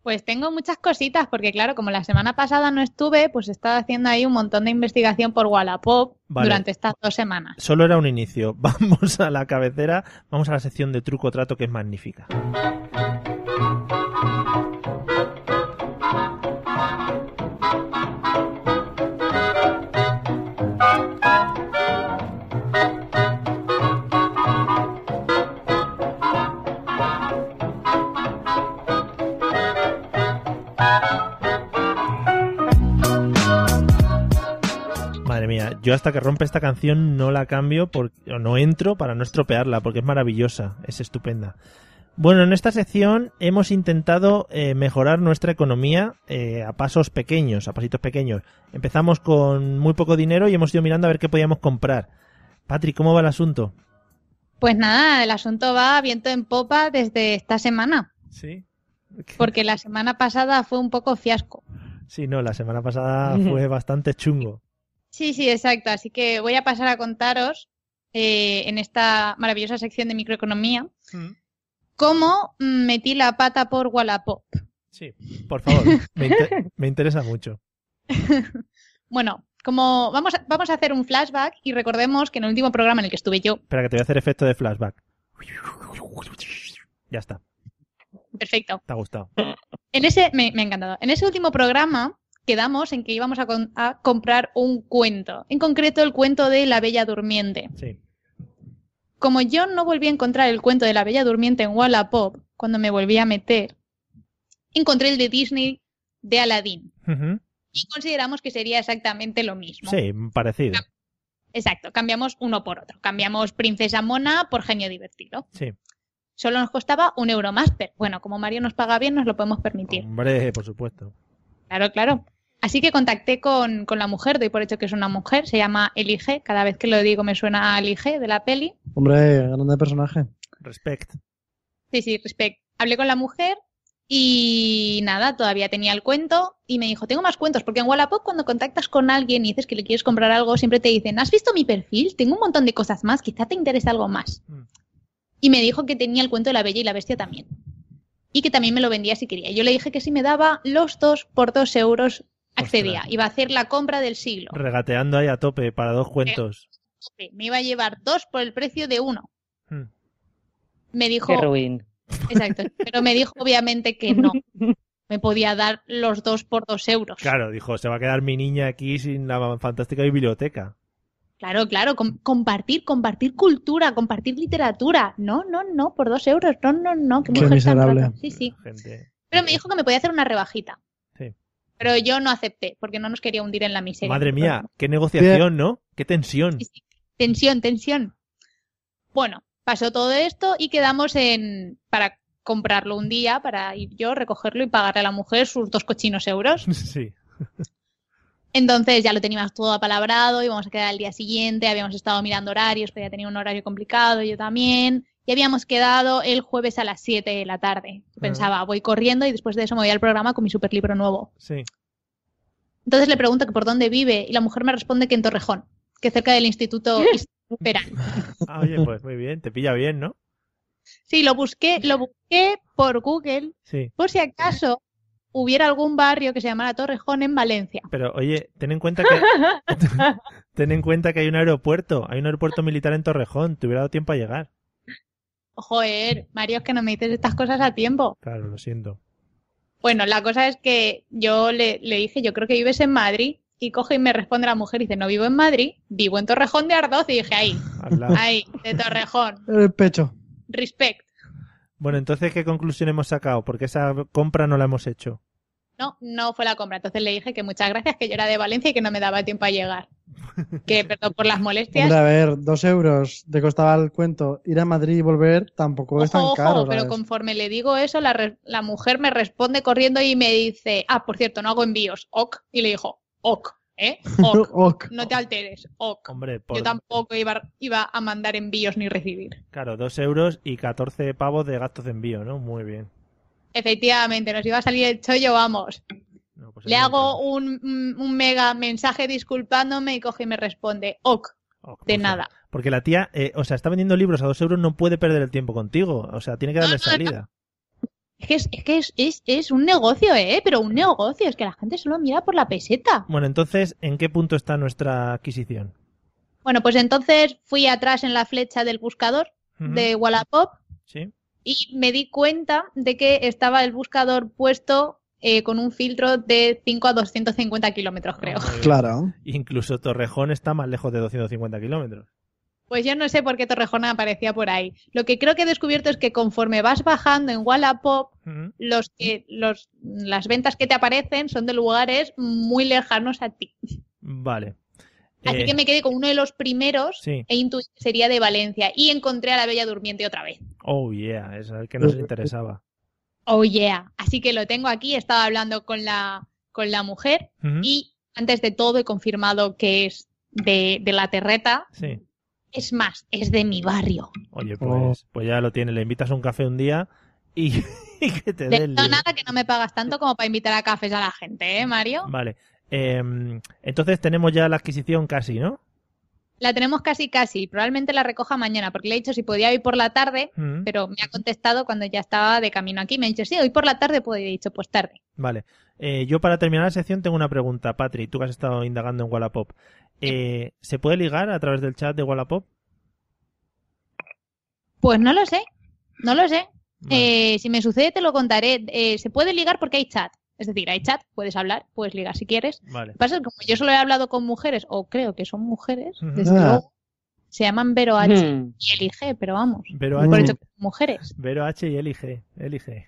Pues tengo muchas cositas, porque claro, como la semana pasada no estuve, pues he estado haciendo ahí un montón de investigación por Wallapop
Vale.
durante estas dos semanas.
Solo era un inicio. Vamos a la cabecera, vamos a la sección de truco trato que es magnífica. Madre mía, yo hasta que rompe esta canción no la cambio por- o no entro para no estropearla porque es maravillosa, es estupenda. Bueno, en esta sección hemos intentado eh, mejorar nuestra economía eh, a pasos pequeños, a pasitos pequeños. Empezamos con muy poco dinero y hemos ido mirando a ver qué podíamos comprar. Patrick, ¿cómo va el asunto?
Pues nada, el asunto va viento en popa desde esta semana,
Sí.
porque la semana pasada fue un poco fiasco.
Sí, no, la semana pasada fue bastante chungo.
Sí, sí, exacto. Así que voy a pasar a contaros eh, en esta maravillosa sección de microeconomía cómo mm, metí la pata por Wallapop.
Sí, por favor, me, inter- me interesa mucho.
Bueno, como vamos a, vamos a hacer un flashback y recordemos que en el último programa en el que estuve yo,
Espera, que te voy a hacer efecto de flashback. Ya está,
perfecto,
te ha gustado.
en ese me, me ha encantado. En ese último programa quedamos en que íbamos a, con- a comprar un cuento, en concreto el cuento de La Bella Durmiente.
Sí.
Como yo no volví a encontrar el cuento de La Bella Durmiente en Wallapop cuando me volví a meter, encontré el de Disney de Aladdin
Ujú.
y consideramos que sería exactamente lo mismo.
Sí, parecido.
Exacto, cambiamos uno por otro. Cambiamos Princesa Mona por Genio Divertido.
Sí.
Solo nos costaba un euro más, pero bueno, como Mario nos paga bien, nos lo podemos permitir.
Hombre, por supuesto.
Claro, claro. Así que contacté con, con la mujer, doy por hecho que es una mujer, se llama Elige. Cada vez que lo digo me suena a Elige de la peli.
Hombre, grande personaje.
Respect.
Sí, sí, respect. Hablé con la mujer y nada, todavía tenía el cuento y me dijo, tengo más cuentos, porque en Wallapop cuando contactas con alguien y dices que le quieres comprar algo, siempre te dicen, ¿has visto mi perfil? Tengo un montón de cosas más, quizá te interesa algo más.
Mm.
Y me dijo que tenía el cuento de la Bella y la Bestia también. Y que también me lo vendía si quería. Yo le dije que si me daba los dos por dos euros accedía.
Ostras.
Iba a hacer la compra del siglo.
Regateando ahí a tope para dos cuentos.
Eh. Sí, Me iba a llevar dos por el precio de uno.
Mm.
Me dijo,
Qué ruin.
Exacto. Pero me dijo obviamente que no. Me podía dar los dos por dos euros.
Claro, dijo, se va a quedar mi niña aquí sin la fantástica biblioteca.
claro. claro, com- compartir, compartir cultura, compartir literatura. No, no, no, por dos euros. No, no, no. Que me
Qué
dijo el tan
miserable.
rata. Sí, sí.
Gente.
Pero me dijo que me podía hacer una rebajita.
Sí.
Pero yo no acepté, porque no nos quería hundir en la miseria.
Madre mía, qué negociación, ¿no? Qué tensión.
Sí, sí. Tensión, tensión. Bueno, pasó todo esto y quedamos en para comprarlo un día, para ir yo, recogerlo y pagarle a la mujer sus dos cochinos euros.
Sí.
Entonces ya lo teníamos todo apalabrado, íbamos a quedar al día siguiente, habíamos estado mirando horarios, pero ya tenía un horario complicado, yo también, y habíamos quedado el jueves a las 7 de la tarde. Pensaba, voy corriendo y después de eso me voy al programa con mi superlibro nuevo.
Sí.
Entonces le pregunto que por dónde vive y la mujer me responde que en Torrejón, que cerca del Instituto Verán.
Ah, oye, pues muy bien, te pilla bien, ¿no?
Sí, lo busqué, lo busqué por Google,
Sí.
por si acaso hubiera algún barrio que se llamara Torrejón en Valencia.
Pero oye, ten en cuenta que ten en cuenta que hay un aeropuerto, hay un aeropuerto militar en Torrejón, te hubiera dado tiempo a llegar.
Joder, Mario, es que no me dices estas cosas a tiempo.
Claro, lo siento.
Bueno, la cosa es que yo le, le dije, yo creo que vives en Madrid, y coge y me responde la mujer y dice, no vivo en Madrid, vivo en Torrejón de Ardoz, y dije, ahí,
Al lado.
ahí, de Torrejón,
El pecho.
respect.
Bueno, entonces qué conclusión hemos sacado, porque esa compra no la hemos hecho.
No, no fue la compra. Entonces le dije que muchas gracias, que yo era de Valencia y que no me daba tiempo a llegar. Que perdón por las molestias.
Hombre, a ver, dos euros te costaba el cuento. Ir a Madrid y volver tampoco es tan
Ojo,
caro.
ojo, pero
¿sabes?
conforme le digo eso, la, re- la mujer me responde corriendo y me dice, ah, por cierto, no hago envíos, ok. Y le dijo, ok, ¿eh? Ok,
Ok.
no te alteres, ok.
Hombre,
Yo
por
tampoco iba, iba a mandar envíos ni recibir.
claro, dos euros y 14 pavos de gastos de envío, ¿no? Muy bien.
Efectivamente, nos iba a salir el chollo, vamos.
No, pues
Le
ahí no
hago
entramos.
un, un- un mega mensaje disculpándome y coge y me responde, ok,
Oh,
de
por
nada.
favor. Porque la tía, eh, o sea, está vendiendo libros a dos euros, no puede perder el tiempo contigo. O sea, tiene que darle
No, no, no.
salida.
Es que, es, es que es, es- es un negocio, ¿eh? Pero un negocio, es que la gente solo mira por la peseta.
Bueno, entonces, ¿en qué punto está nuestra adquisición?
Bueno, pues entonces fui atrás en la flecha del buscador
Ujú.
de Wallapop
Sí.
y me di cuenta de que estaba el buscador puesto eh, con un filtro de 5 a 250 kilómetros, creo.
Ah, muy bien.
Claro.
Incluso Torrejón está más lejos de 250 kilómetros.
Pues yo no sé por qué Torrejón aparecía por ahí. Lo que creo que he descubierto es que conforme vas bajando en Wallapop,
Ujú.
los que, los, las ventas que te aparecen son de lugares muy lejanos a ti.
Vale.
Así
Eh,
que me quedé con uno de los primeros
Sí.
e intuí que sería de Valencia y encontré a la Bella Durmiente otra vez.
Oh, yeah, es el que nos interesaba.
Oh yeah. Así que lo tengo aquí, he estado hablando con la, con la mujer
Ujú.
y antes de todo he confirmado que es de, de la terreta.
Sí.
Es más, es de mi barrio.
Oye,
Oh.
pues, pues ya lo tiene. Le invitas a un café un día y, y que te dé
De
el
no,
libro.
nada que no me pagas tanto como para invitar a cafés a la gente, ¿eh, Mario?
Vale. Em, entonces tenemos ya la adquisición casi, ¿no?
La tenemos casi casi, probablemente la recoja mañana, porque le he dicho si podía ir por la tarde,
Ujú.
pero me ha contestado cuando ya estaba de camino aquí. Me ha dicho, sí, hoy por la tarde puedo ir. He dicho, pues tarde.
Vale. Eh, yo para terminar la sección tengo una pregunta, Patri, tú que has estado indagando en Wallapop. Eh, ¿Se puede ligar a través del chat de Wallapop?
Pues no lo sé, no lo sé.
Vale.
Eh, si me sucede, te lo contaré. Eh, se puede ligar porque hay chat. Es decir, hay chat, puedes hablar, puedes ligar si quieres.
Vale.
Lo que pasa es que como yo solo he hablado con mujeres, o creo que son mujeres,
Ujú.
desde
Ah.
luego, se llaman Vero H
Hmm.
y elige, pero vamos.
Vero
Por
H,
eso, mujeres.
Vero H y LG. LG.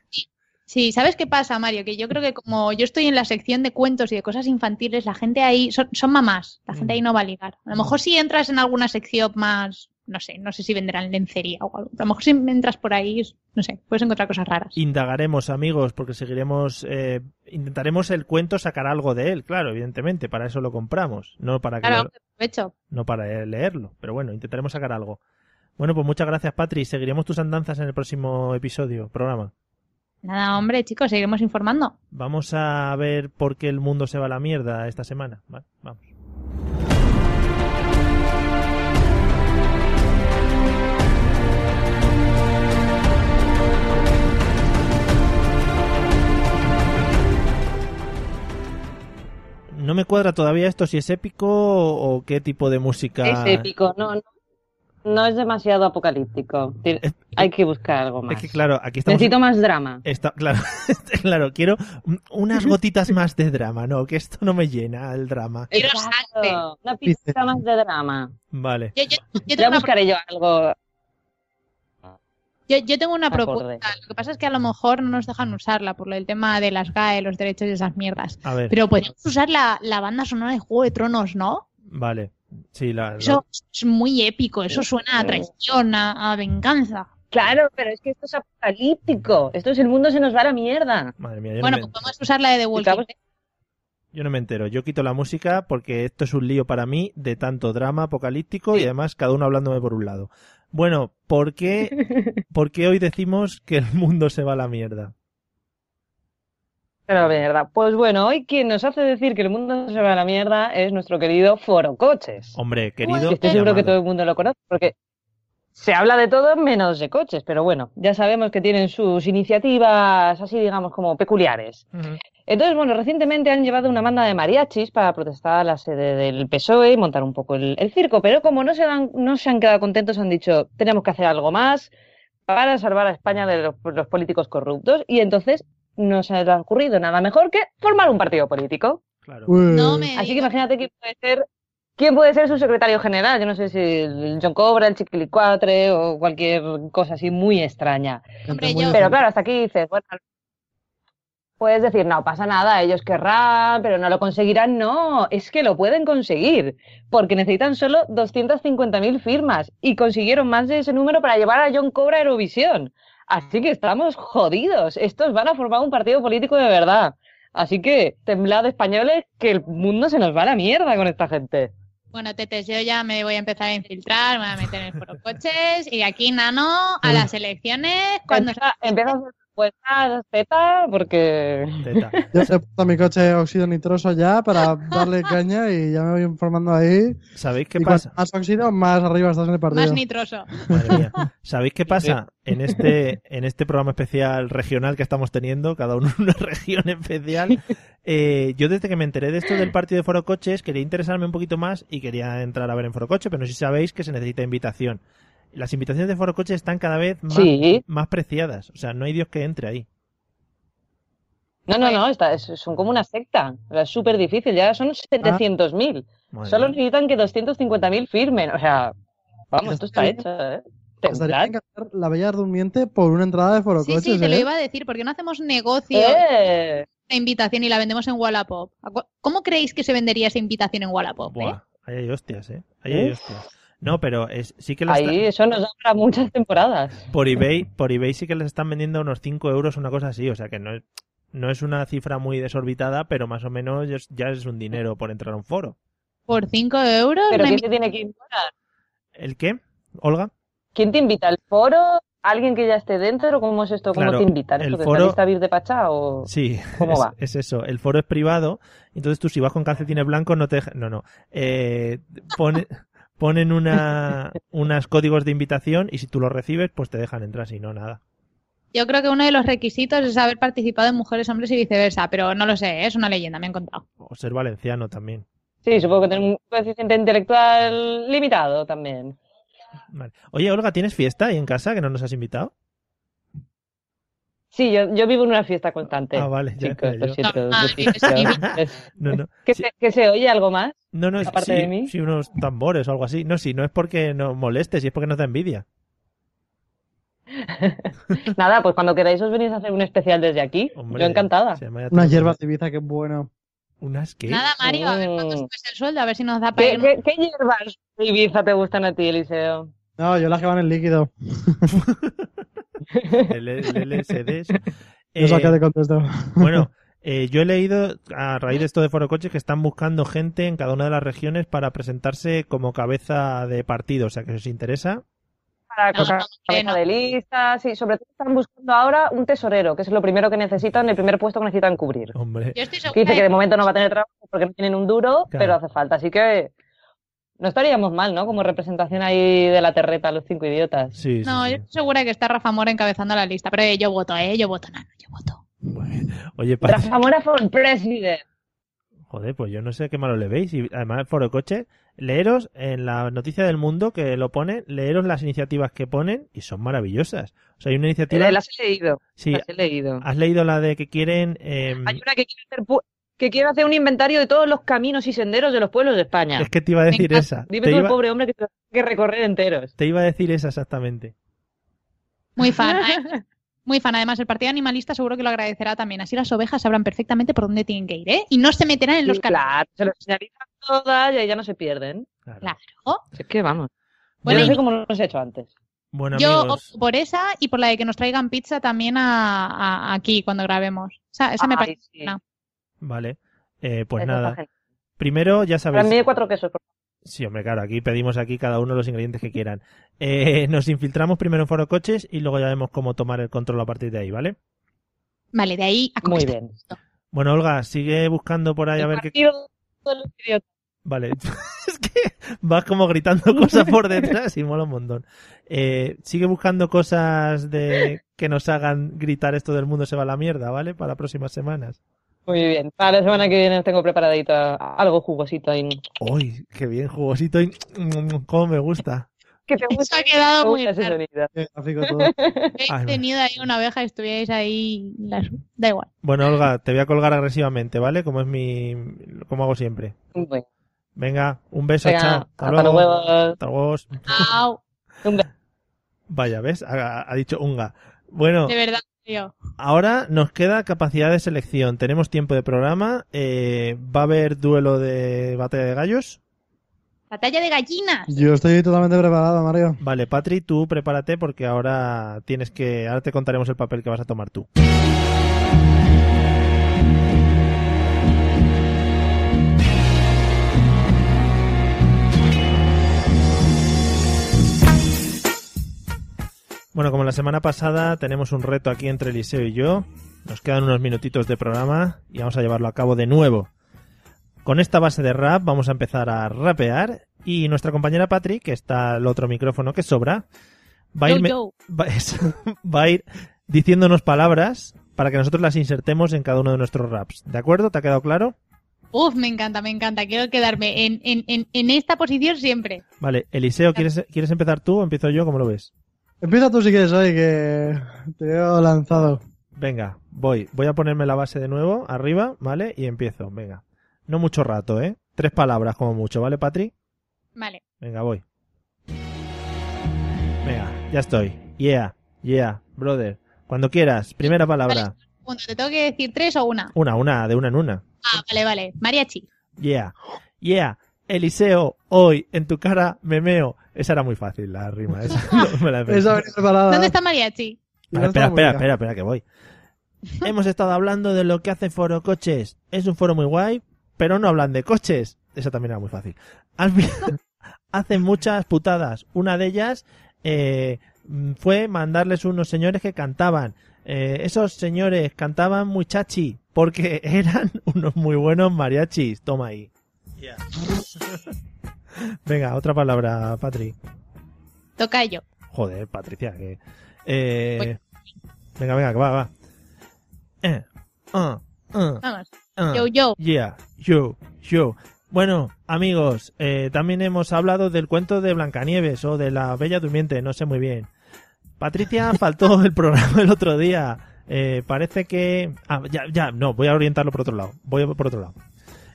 Sí, ¿sabes qué pasa, Mario? Que yo creo que como yo estoy en la sección de cuentos y de cosas infantiles, la gente ahí son, son mamás, la gente ahí no va a ligar. A lo mejor si entras en alguna sección más, no sé, no sé si venderán lencería o algo. A lo mejor si entras por ahí, no sé, puedes encontrar cosas raras.
Indagaremos, amigos, porque seguiremos. eh, intentaremos el cuento sacar algo de él, claro, evidentemente. Para eso lo compramos, no para, que
Claro,
lo-
aprovecho.
no para leerlo. Pero bueno, intentaremos sacar algo. Bueno, pues muchas gracias, Patri. Seguiremos tus andanzas en el próximo episodio, programa.
Nada, hombre, chicos, seguiremos informando.
Vamos a ver por qué el mundo se va a la mierda esta semana. Vale, vamos. No me cuadra todavía esto si es épico o o qué tipo de música.
Es épico, no, no, no es demasiado apocalíptico. Ti-
Es-
Hay que buscar algo más.
Es que claro, pues, aquí estamos.
Necesito más drama.
Está, claro, este, claro, quiero un- unas gotitas más de drama, no, que esto no me llena el drama.
Quiero sangre.
Exacto, una pizca más de drama.
Vale.
Yo, yo- yo tengo,
Ya
una, pro-
buscaré yo algo.
yo- yo tengo una
Acorde.
propuesta. Lo que pasa es que a lo mejor no nos dejan usarla por lo del tema de las GAE, los derechos y esas mierdas.
A ver,
Pero podríamos usar la, la banda sonora de Juego de Tronos, ¿no?
vale. Sí, la, la-
Eso es muy épico, eso suena a traición, a, a venganza.
Claro, pero es que esto es apocalíptico. Esto es el mundo se nos va a la mierda.
Madre mía, yo,
Bueno,
no
pues
me,
podemos usar la de The Walking
Estamos-
Dead.
yo no me entero. Yo quito la música porque esto es un lío para mí de tanto drama apocalíptico y además cada uno hablándome por un lado. Bueno, ¿por qué, ¿por qué hoy decimos que el mundo se va a la mierda?
Pero la mierda. Pues bueno, hoy quien nos hace decir que el mundo se va a la mierda es nuestro querido Foro Coches.
Hombre, querido.
Que estoy seguro que todo
llamado.
el mundo lo conoce, porque se habla de todo menos de coches, pero bueno, ya sabemos que tienen sus iniciativas así, digamos, como peculiares.
Ujú.
Entonces, bueno, recientemente han llevado una banda de mariachis para protestar a la sede del PSOE E y montar un poco el, el circo, pero como no se, dan, no se han quedado contentos, han dicho, tenemos que hacer algo más para salvar a España de los, los políticos corruptos, y entonces no se les ha ocurrido nada mejor que formar un partido político.
Claro.
No
Eh,
me
Mm. Así que
digas.
imagínate quién puede ser, quién puede ser su secretario general. Yo no sé si el John Cobra, el Chiquilicuatre o cualquier cosa así muy extraña.
Hombre,
muy
yo-
Pero claro, hasta aquí dices, bueno, puedes decir, no pasa nada, ellos querrán, pero no lo conseguirán. No, es que lo pueden conseguir, porque necesitan solo 250.000 firmas y consiguieron más de ese número para llevar a John Cobra a Eurovisión. Así que estamos jodidos. Estos van a formar un partido político de verdad. Así que, temblad españoles, que el mundo se nos va a la mierda con esta gente.
Bueno, tetes, yo ya me voy a empezar a infiltrar, me voy a meter en el foro coches y aquí, nano, a las elecciones, cuando
empieza, empieza a hacer Pues nada, Z, porque.
Teta.
Yo le he puesto a mi coche óxido nitroso ya para darle caña y ya me voy informando ahí.
¿Sabéis qué
y
pasa?
cuanto más óxido, más arriba estás en el partido.
Más nitroso.
Madre mía. ¿Sabéis qué pasa? En este, en este programa especial regional que estamos teniendo, cada uno en una región especial, eh, yo desde que me enteré de esto del partido de Foro Coches, quería interesarme un poquito más y quería entrar a ver en Foro Coche, pero no sé si sabéis que se necesita invitación. Las invitaciones de Foro Coche están cada vez más,
Sí.
más preciadas. O sea, no hay Dios que entre ahí.
No, no, no, está, es- son como una secta. O sea, Es súper difícil, ya
Ah.
son 700.000.
Madre
Solo
mía.
necesitan que 250.000 firmen. O sea, vamos, esto está
Estaría-
hecho, ¿eh?
Estaría bien
Temblad.
cambiar la Bella Durmiente por una entrada de Foro
Sí,
Coches,
sí, te lo
¿eh?
iba a decir, porque no hacemos negocio
¡Eh!
la invitación y la vendemos en Wallapop. ¿A cu- ¿Cómo creéis que se vendería esa invitación en Wallapop? eh?
Buah, ahí hay hostias, ¿eh? Ahí hay
Uf.
hostias. No, pero es, sí que las
Ahí, eso nos da para muchas temporadas.
por eBay, por eBay sí que les están vendiendo unos 5 euros, una cosa así, o sea que no es, no es una cifra muy desorbitada, pero más o menos ya es- ya es un dinero por entrar a un foro.
Por 5 euros.
Pero
una
¿quién
invi-
te tiene que invitar?
¿El qué? ¿Olga?
¿Quién te invita? ¿El foro? ¿Alguien que ya esté dentro? ¿Cómo es esto? ¿Cómo
Claro,
te invitan? ¿Esto
el
que
foro-
saliste a vir de Pachá o...?
Sí,
¿Cómo
es,
va?
es eso. El foro es privado, entonces tú si vas con calcetines blancos no te deja- No, no. Eh, pone- ponen una, unos códigos de invitación y si tú los recibes, pues te dejan entrar, si no, nada.
Yo creo que uno de los requisitos es haber participado en Mujeres, Hombres y Viceversa, pero no lo sé, ¿eh? es una leyenda, me han contado.
O ser valenciano también.
Sí, supongo que tiene un coeficiente intelectual limitado también.
Vale. Oye, Olga, ¿tienes fiesta ahí en casa que no nos has invitado?
Sí, yo, yo vivo en una fiesta constante.
Ah, vale, ya
Chicos,
decía
lo
yo.
siento,
Ah,
lo siento.
sí. No, no.
¿Que,
Sí.
se, que se oye algo más?
No, no, es
aparte
sí,
de mí.
sí, unos tambores o algo así. No, sí, no es porque nos molestes, sí es porque nos da envidia.
Nada, pues cuando queráis os venís a hacer un especial desde aquí.
Hombre,
yo encantada.
se llama ya
Una
todo.
hierba civiza, que bueno.
¿Unas qué?
Nada, Mario, a ver cuándo
Mm.
subes el sueldo, a ver si nos da para
¿Qué,
ir.
qué, qué hierbas de Ibiza te gustan a ti, Eliseo?
No, yo las que van en líquido.
El, el LSD. eso.
Yo sé a
Eh,
qué te contesto.
Bueno, eh, yo he leído a raíz de esto de Foro Coches que están buscando gente en cada una de las regiones para presentarse como cabeza de partido. O sea, que si os interesa,
Para
No,
coca-
hombre, no.
cabeza de lista, sí. Sobre todo están buscando ahora un tesorero, que es lo primero que necesitan, el primer puesto que necesitan cubrir.
hombre.
Yo estoy
Que
segura
dice que
de
de momento no va a tener trabajo porque no tienen un duro,
Claro.
pero hace falta. Así que no estaríamos mal, ¿no? Como representación ahí de la terreta, los cinco idiotas.
Sí, sí,
No,
sí.
yo estoy segura que está Rafa Mora encabezando la lista, pero eh, yo voto, eh, yo voto, nano, yo voto.
Oye, pa-
Rafa Mora for president.
Joder, pues yo no sé qué malo le veis. Y además, Foro Coche, leeros en la noticia del mundo que lo pone, leeros las iniciativas que ponen y son maravillosas. O sea, hay una iniciativa.
Eh, Las he leído,
Sí,
las he leído.
has leído la de que quieren. em,
Hay una que quiere, hacer pu- que quiere hacer un inventario de todos los caminos y senderos de los pueblos de España.
es que te iba a
Me
decir
encanta.
esa.
Dime
Te
tú, el
iba,
pobre hombre, que se los tiene que recorrer enteros.
te iba a decir esa exactamente.
Muy fan, ¿eh? muy fan. Además, el Partido Animalista seguro que lo agradecerá también. Así las ovejas sabrán perfectamente por dónde tienen que ir, ¿eh? Y no se meterán en los
Sí,
canales.
claro, se los señalizan todas y ahí ya no se pierden.
Claro.
Claro.
Es que vamos.
Bueno,
Yo no
y-
sé cómo nos he hecho antes.
Bueno,
Yo
amigos.
opto por esa y por la de que nos traigan pizza también a, a- aquí cuando grabemos. O sea, esa me
Ay,
parece.
sí,
no.
Vale. Eh, pues
esa
nada.
está genial.
Primero, ya
Para
sabéis.
mí hay cuatro quesos. por
Sí, hombre, claro, aquí pedimos aquí cada uno los ingredientes que quieran. Eh, nos infiltramos primero en Foro Coches y luego ya vemos cómo tomar el control a partir de ahí, ¿vale?
Vale, de ahí a
favor. Muy
conquistar.
bien.
Bueno, Olga, sigue buscando por ahí a
El
ver qué.
partido de los idiotas.
Vale, es que vas como gritando cosas por detrás y mola un montón. Eh, sigue buscando cosas de que nos hagan gritar esto del mundo se va a la mierda, ¿vale? Para próximas semanas.
Muy bien. Para la semana que viene os tengo preparadito algo jugosito ahí.
¡Uy, qué bien jugosito! y- ¡Cómo me gusta!
Que te
Eso
gusta,
ha quedado
te
muy
gusta ese
claro.
sonido.
Qué gráfico todo.
Ay,
He tenido ahí una oveja y estuvierais ahí. las- Da igual.
Bueno, Olga, te voy a colgar agresivamente, ¿vale? Como es mi... como hago siempre.
Bueno,
Venga, un beso,
venga,
chao.
hasta los huevos.
Hasta luego.
Au,
Un beso.
Vaya, ¿ves? Ha, ha dicho unga. Bueno,
de verdad, tío.
Ahora nos queda capacidad de selección. Tenemos tiempo de programa. eh, va a haber duelo de batalla de gallos.
Batalla de gallinas.
Yo estoy totalmente preparado, Mario.
Vale, Patri, tú prepárate porque ahora tienes que. Ahora te contaremos el papel que vas a tomar tú. Bueno, como la semana pasada tenemos un reto aquí entre Eliseo y yo, nos quedan unos minutitos de programa y vamos a llevarlo a cabo de nuevo. Con esta base de rap vamos a empezar a rapear y nuestra compañera Patrick, que está al otro micrófono que sobra, va a ir, me-
Yo,
va, es- va a ir diciéndonos palabras para que nosotros las insertemos en cada uno de nuestros raps. ¿De acuerdo? ¿Te ha quedado claro?
yo. Uf, me encanta, me encanta. Quiero quedarme en, en, en, en esta posición siempre.
Vale, Eliseo, ¿quieres, ¿quieres empezar tú o empiezo yo? ¿Cómo lo ves?
Empieza tú si quieres, oye, que te veo lanzado.
Venga, voy. Voy a ponerme la base de nuevo, arriba, ¿vale? Y empiezo, venga. No mucho rato, ¿eh? Tres palabras como mucho, ¿vale, Patri?
Vale.
Venga, voy. Venga, ya estoy. Yeah, yeah, brother. Cuando quieras, primera palabra.
Bueno, ¿Te tengo que decir tres o una?
Una, una, de una en una.
Ah, vale, vale. Mariachi.
Yeah, yeah. Eliseo, hoy, en tu cara, me meo. Esa era muy fácil, la rima. Esa, no me la he
Esa
pensado.
venía preparada.
¿Dónde está Mariachi?
Y
Vale, espera,
no estaba muy
espera,
bien.
espera, espera, que voy. Hemos estado hablando de lo que hace Foro Coches. Es un foro muy guay, pero no hablan de coches. Esa también era muy fácil. Al final, hacen muchas putadas. Una de ellas eh, mm, fue mandarles unos señores que cantaban. Eh, esos señores cantaban muy chachi, porque eran unos muy buenos mariachis. Toma ahí. Venga, otra palabra, Patri.
Tocayo.
Joder, Patricia, que. Eh... Venga, venga, que va, va. Eh, ah, ah,
Vamos.
ah.
Yo, yo.
Yeah, yo, yo. Bueno, amigos, eh, también hemos hablado del cuento de Blancanieves o de la Bella Durmiente, no sé muy bien. Patricia faltó el programa el otro día. Eh, parece que. Ah, ya, ya, no, voy a orientarlo por otro lado. Voy por otro lado.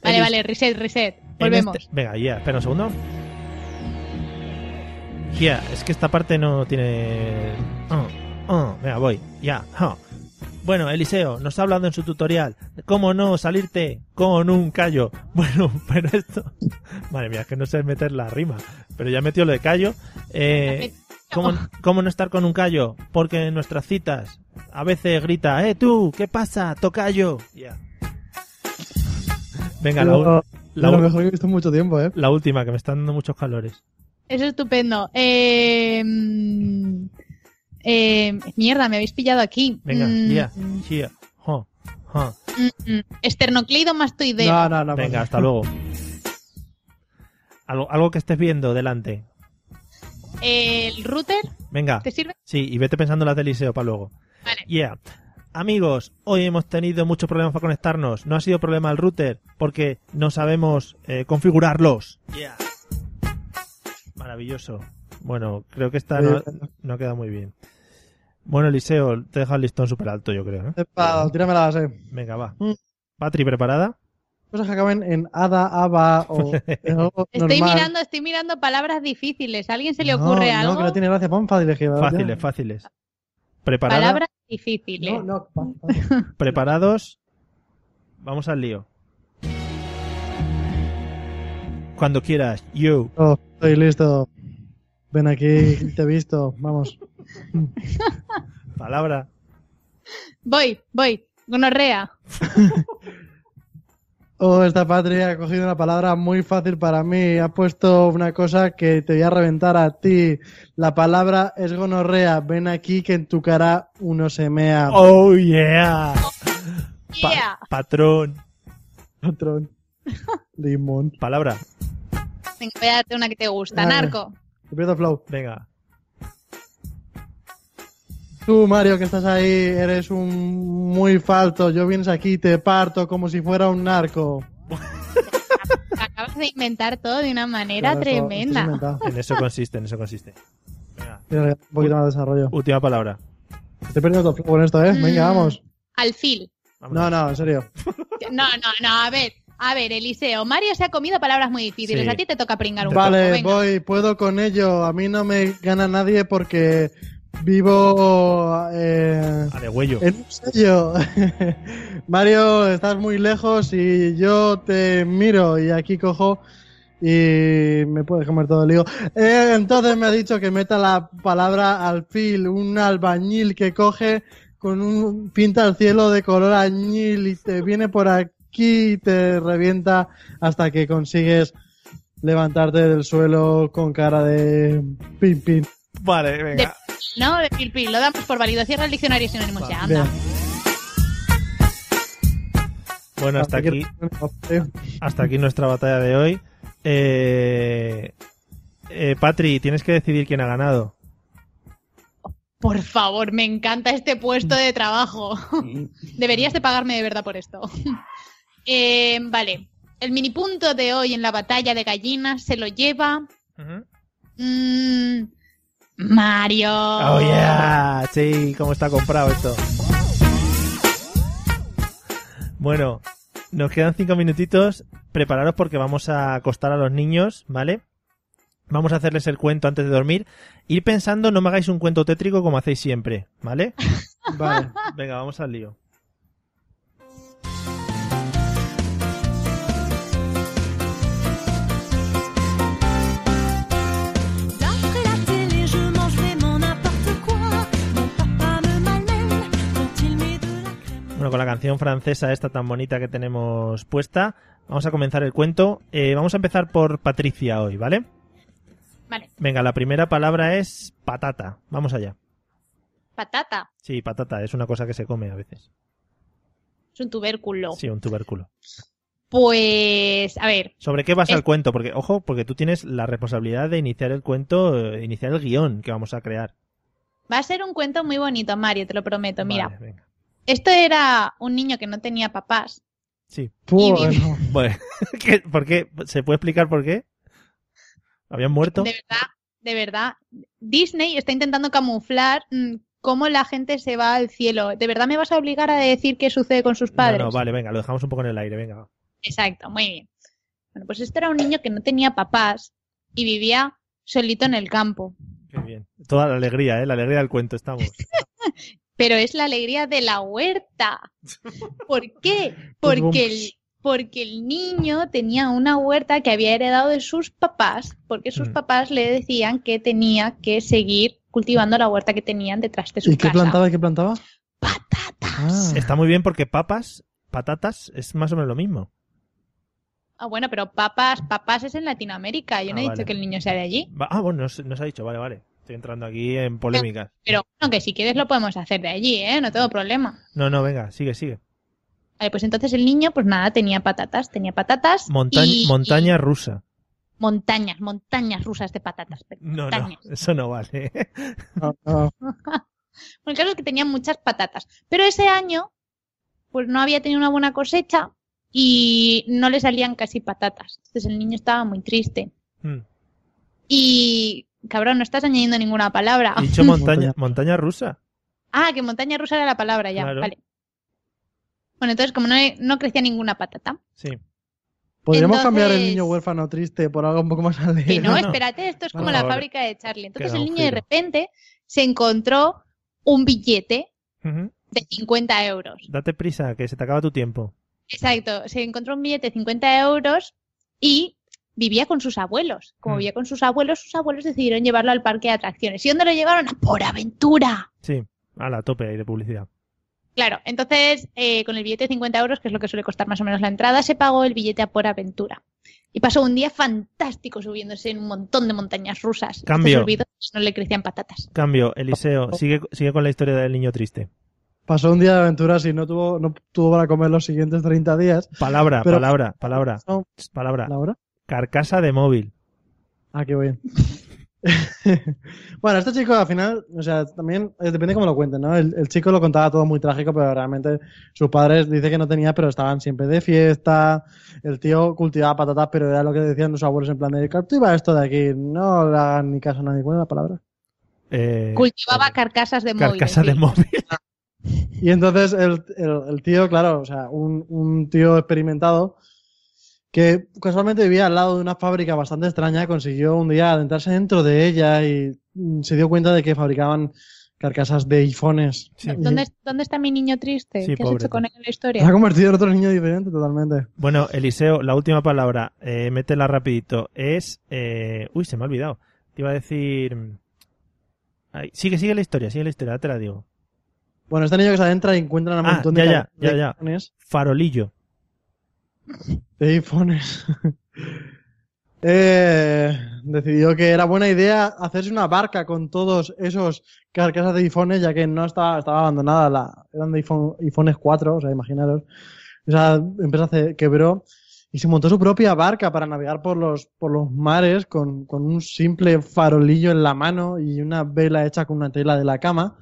Vale,
Elis-
vale. Reset, reset.
en
Volvemos.
este- Venga, ya, espera un segundo. Ya, es que esta parte no tiene. Ah, ah, venga, voy. Ya. ja. Bueno, Eliseo, nos ha hablado en su tutorial de cómo no salirte con un callo. Bueno, pero esto. Madre mía, es que no sé meter la rima. Pero ya metió lo de callo. Eh, ¿Cómo, cómo no estar con un callo? Porque en nuestras citas a veces grita, ¡eh tú! ¿Qué pasa? ¡Tocayo! Ya. Venga, la, u-
Pero-
la,
de
u-
lo mejor que he visto en mucho tiempo, ¿eh?
la última, que me están dando muchos calores.
Eso es estupendo. Eh, mm, eh, mierda, me habéis pillado aquí.
Venga,
Mm,
ya.
mm,
Chia, jo, jo.
mm, mm. Esternocleidomastoideo.
No, no, pues, no.
Venga,
vale.
hasta luego. Algo, algo que estés viendo delante.
El router,
Venga,
¿te sirve?
sí, y vete pensando las de Eliseo para luego.
Vale.
Yeah. Amigos, hoy hemos tenido muchos problemas para conectarnos. No ha sido problema el router, porque no sabemos eh, configurarlos. Yeah. Maravilloso. Bueno, creo que esta
Eh.
no, no ha quedado muy bien. Bueno, Eliseo, te deja el listón súper alto, yo creo. ¿eh?
Epa, tírame la base.
Venga, va.
Mm.
Patri, ¿preparada?
Cosas que acaben en hada, aba o en algo
Estoy
normal.
mirando, estoy mirando palabras difíciles. ¿A alguien se le
No,
ocurre
no,
algo?
que no tiene gracia. Pon fáciles, que
Fáciles, fáciles. ¿Preparada?
Palabras difíciles.
No, no, fa- fa-
¿Preparados? Vamos al lío. Cuando quieras, you.
no, estoy listo. Ven aquí, te he visto. Vamos.
Palabra.
Voy, voy. Gonorrea.
Oh, esta patria ha cogido una palabra muy fácil para mí. Ha puesto una cosa que te voy a reventar a ti. La palabra es gonorrea. Ven aquí que en tu cara uno se mea.
Oh, yeah. Pa-
Yeah.
patrón.
Patrón. Limón.
Palabra.
Venga, voy a darte una que te gusta.
Ah.
Narco.
Empieza flow.
Venga.
Tú, Mario, que estás ahí, eres un muy falto. Yo vienes aquí y te parto como si fuera un narco.
Acabas de inventar todo de una manera
Claro, esto- esto es
tremenda.
inventado.
En eso consiste, en eso consiste. Venga.
Tiene un poquito más de desarrollo.
Última palabra.
Estoy perdiendo todo con esto, ¿eh? Venga,
Mm.
vamos.
Alfil.
Vamos.
No, no, en serio.
No, no, no. A ver, a ver, Eliseo. Mario se ha comido palabras muy difíciles.
Sí.
A ti te toca pringar un poco.
Vale,
Venga.
voy, puedo con ello. A mí no me gana nadie porque vivo eh,
A de huello.
en un sello. Mario, estás muy lejos y yo te miro y aquí cojo y me puedes comer todo el lío. Eh, entonces me ha dicho que meta la palabra alfil, un albañil que coge con un pinta el cielo de color añil y te viene por aquí y te revienta hasta que consigues levantarte del suelo con cara de pin pin.
Vale,
De
venga.
No, de Pilpi, lo damos por válido. Cierra el diccionario y sinónimos ya,
Bien.
anda.
Bueno, hasta aquí, hasta aquí nuestra batalla de hoy. Eh, eh, Patri, tienes que decidir quién ha ganado.
Por favor, me encanta este puesto de trabajo. Deberías de pagarme de verdad por esto. Eh, vale, el mini punto de hoy en la batalla de gallinas se lo lleva mm, Mario.
Oh yeah, sí, cómo está comprado esto. Bueno, nos quedan cinco minutitos. Prepararos porque vamos a acostar a los niños, ¿vale? Vamos a hacerles el cuento antes de dormir. Ir pensando, no me hagáis un cuento tétrico como hacéis siempre, ¿vale?
Vale.
Venga, vamos al lío.
D'après la télé, je mangerai mon n'importe quoi. Mon papa me malmène quand il met de la crème.
Bueno, con la canción francesa esta tan bonita que tenemos puesta, vamos a comenzar el cuento. Eh, vamos a empezar por Patricia hoy, ¿vale?
Vale,
Venga, la primera palabra es patata. Vamos allá.
patata.
Sí, patata, es una cosa que se come a veces.
Es un tubérculo.
Sí, un tubérculo.
Pues, a ver,
¿Sobre qué basa
Es-
el cuento? Porque, ojo, porque tú tienes la responsabilidad de iniciar el cuento, eh, iniciar el guión que vamos a crear.
va a ser un cuento muy bonito, Mario, te lo prometo. Mira,
Vale, venga.
esto era un niño que no tenía papás.
Sí.
Bueno,
Bueno, ¿qué- ¿por qué? ¿Se puede explicar por qué? ¿Habían muerto?
De verdad, de verdad. Disney está intentando camuflar mm, cómo la gente se va al cielo. ¿De verdad me vas a obligar a decir qué sucede con sus padres?
No, no, vale, venga, lo dejamos un poco en el aire, venga.
Exacto, muy bien. Bueno, pues este era un niño que no tenía papás y vivía solito en el campo.
Qué bien. Toda la alegría, ¿eh? La alegría del cuento, estamos.
Pero es la alegría de la huerta. ¿Por qué?
Pues
Porque el, porque el niño tenía una huerta que había heredado de sus papás, porque sus
Mm.
papás le decían que tenía que seguir cultivando la huerta que tenían detrás de su
¿Y qué
casa.
plantaba? ¿Qué plantaba? Ah.
Patatas.
Está muy bien porque papas, patatas, es más o menos lo mismo.
Ah, bueno, pero papas, papas es en Latinoamérica. Yo no
Ah,
he dicho
vale.
que el niño sea de allí.
Va- ah, bueno, nos, nos ha dicho, vale, vale. Estoy entrando aquí en polémicas.
Pero bueno, que si quieres lo podemos hacer de allí, ¿eh? No tengo problema.
No, no, venga, sigue, sigue.
Vale, pues entonces el niño, pues nada, tenía patatas, tenía patatas.
Monta-
y-
montaña rusa.
y montañas, montañas rusas de patatas. pero
No, no,
montañas.
eso no vale.
Ah, ah.
Bueno, el caso es que tenía muchas patatas. Pero ese año, pues no había tenido una buena cosecha y no le salían casi patatas. Entonces el niño estaba muy triste.
Mm.
Y, cabrón, no estás añadiendo ninguna palabra.
He dicho montaña,
Ah. Montaña.
montaña rusa.
Ah, que montaña rusa era la palabra ya,
Claro.
vale. Bueno, entonces como no, no crecía ninguna patata.
Sí.
Podríamos
Entonces-
cambiar el niño huérfano triste por algo un poco más alegre.
Que no,
no.
espérate, esto es
Por
como la
favor.
fábrica de Charlie. Entonces
Queda
el
un
niño de
giro.
repente se encontró un billete
Ujú.
de 50 euros.
Date prisa, que se te acaba tu tiempo.
Exacto, se encontró un billete de 50 euros y vivía con sus abuelos. Como
Mm.
vivía con sus abuelos, sus abuelos decidieron llevarlo al parque de atracciones. ¿Y dónde lo llevaron? A por aventura.
Sí, a la tope ahí de publicidad.
Claro, entonces eh, con el billete de 50 euros, que es lo que suele costar más o menos la entrada, se pagó el billete a por aventura. Y pasó un día fantástico subiéndose en un montón de montañas rusas. Hasta
Cambio.
se olvidó que no le crecían patatas.
Cambio, Eliseo, sigue, sigue con la historia del niño triste.
Pasó un día de aventuras y no tuvo, no tuvo para comer los siguientes 30 días.
Palabra,
Pero-
palabra, palabra,
No,
ch, palabra.
¿La hora?
Carcasa de móvil.
Ah, qué bien. bueno, este chico al final, o sea, también eh, depende cómo lo cuenten, ¿no? El, el chico lo contaba todo muy trágico, pero realmente sus padres dice que no tenía, pero estaban siempre de fiesta. El tío cultivaba patatas, pero era lo que decían los abuelos en plan de cultiva esto de aquí, no le hagan ni caso a nadie. ¿Cuál es la palabra?
Eh,
Cultivaba
eh,
carcasas de móvil.
carcasa de
sí.
móvil.
Y entonces el, el- el tío, claro, o sea, un, un tío experimentado que casualmente vivía al lado de una fábrica bastante extraña, consiguió un día adentrarse dentro de ella y mm, se dio cuenta de que fabricaban carcasas de iPhones.
Sí.
¿Dónde, dónde está mi niño triste?
Sí,
¿Qué has
pobre
hecho con
tío.
él en la historia?
Se ha convertido en otro niño diferente totalmente.
Bueno, Eliseo, la última palabra, eh, métela rapidito, es... eh, uy, se me ha olvidado. Te iba a decir... mm, ay, sigue, sigue la historia, sigue la historia, ya te la digo.
Bueno, este niño que se adentra y encuentra un
Ah,
montón
ya,
de,
ya,
ca- de
ya, ya.
iPhones.
Farolillo.
De iPhones. eh, decidió que era buena idea hacerse una barca con todos esos carcasas de iPhone, ya que no estaba, estaba abandonada, la, eran de iPhone, iPhones 4, o sea, imaginaros. Esa empresa se quebró y se montó su propia barca para navegar por los, por los mares con, con un simple farolillo en la mano y una vela hecha con una tela de la cama.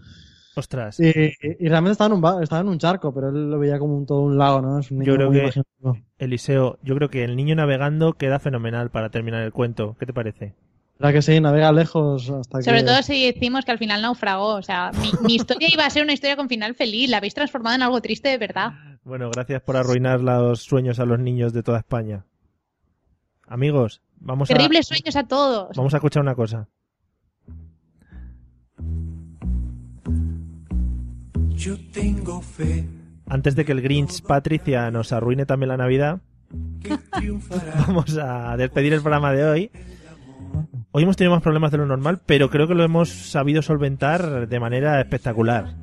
Ostras.
Y, y- y realmente estaba en, un, ba- estaba en un charco, pero él lo veía como un, todo un lago, ¿no? Es un niño
Yo creo
muy
que-
imaginativo.
Eliseo, yo creo que el niño navegando queda fenomenal para terminar el cuento. ¿Qué te parece?
¿Verdad que sí? Navega lejos hasta
Sobre
que...
todo si decimos que al final naufragó. O sea, mi, mi historia iba a ser una historia con final feliz. La habéis transformado en algo triste de verdad.
Bueno, gracias por arruinar los sueños a los niños de toda España. Amigos, vamos a,
Terribles sueños a todos.
vamos a escuchar una cosa.
Yo tengo fe
Antes de que el Grinch Patricia nos arruine también la Navidad,
que triunfará.
vamos a despedir el programa de hoy. Hoy hemos tenido más problemas de lo normal, pero creo que lo hemos sabido solventar de manera espectacular.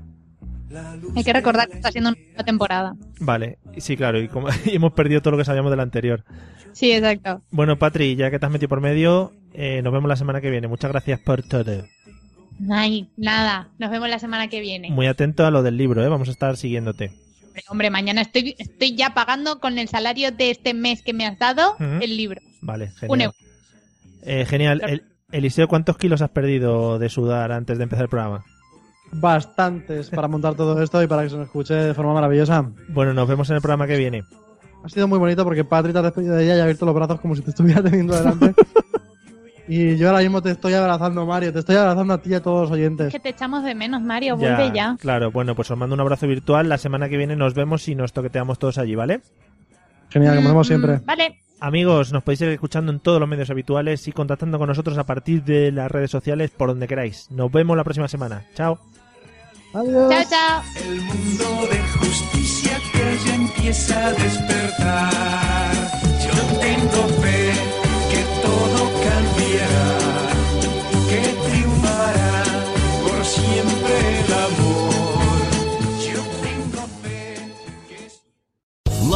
Hay que recordar que está siendo una nueva temporada.
Vale, sí, claro, y, como, y hemos perdido todo lo que sabíamos del anterior.
Sí, exacto.
Bueno, Patri, ya que te has metido por medio, eh, nos vemos la semana que viene. Muchas gracias por todo.
Ay, nada. Nos vemos la semana que viene.
Muy atento a lo del libro, ¿eh? vamos a estar siguiéndote.
Hombre, hombre, mañana estoy, estoy ya pagando con el salario de este mes que me has dado
Ujú.
el libro.
Vale, genial.
Un euro.
Eh, genial. El- Eliseo, ¿cuántos kilos has perdido de sudar antes de empezar el programa?
Bastantes para montar todo esto y para que se nos escuche de forma maravillosa.
Bueno, nos vemos en el programa que viene.
Ha sido muy bonito porque Patri te ha despedido de ella y ha abierto los brazos como si te estuviera teniendo delante. y yo ahora mismo te estoy abrazando, Mario. Te estoy abrazando a ti y a todos los oyentes.
Que te echamos de menos, Mario. Vuelve ya.
Claro, bueno, pues os mando un abrazo virtual. La semana que viene nos vemos y nos toqueteamos todos allí, ¿vale?
Genial, como hacemos
Mm,
siempre.
mm, Vale.
Amigos, nos podéis ir escuchando en todos los medios habituales y contactando con nosotros a partir de las redes sociales por donde queráis. Nos vemos la próxima semana. Chao.
Adiós.
Chao, chao.
El mundo de justicia que ya empieza a despertar. Yo tengo fe que todo cambiará, que triunfará por siempre el amor. Yo tengo fe que es-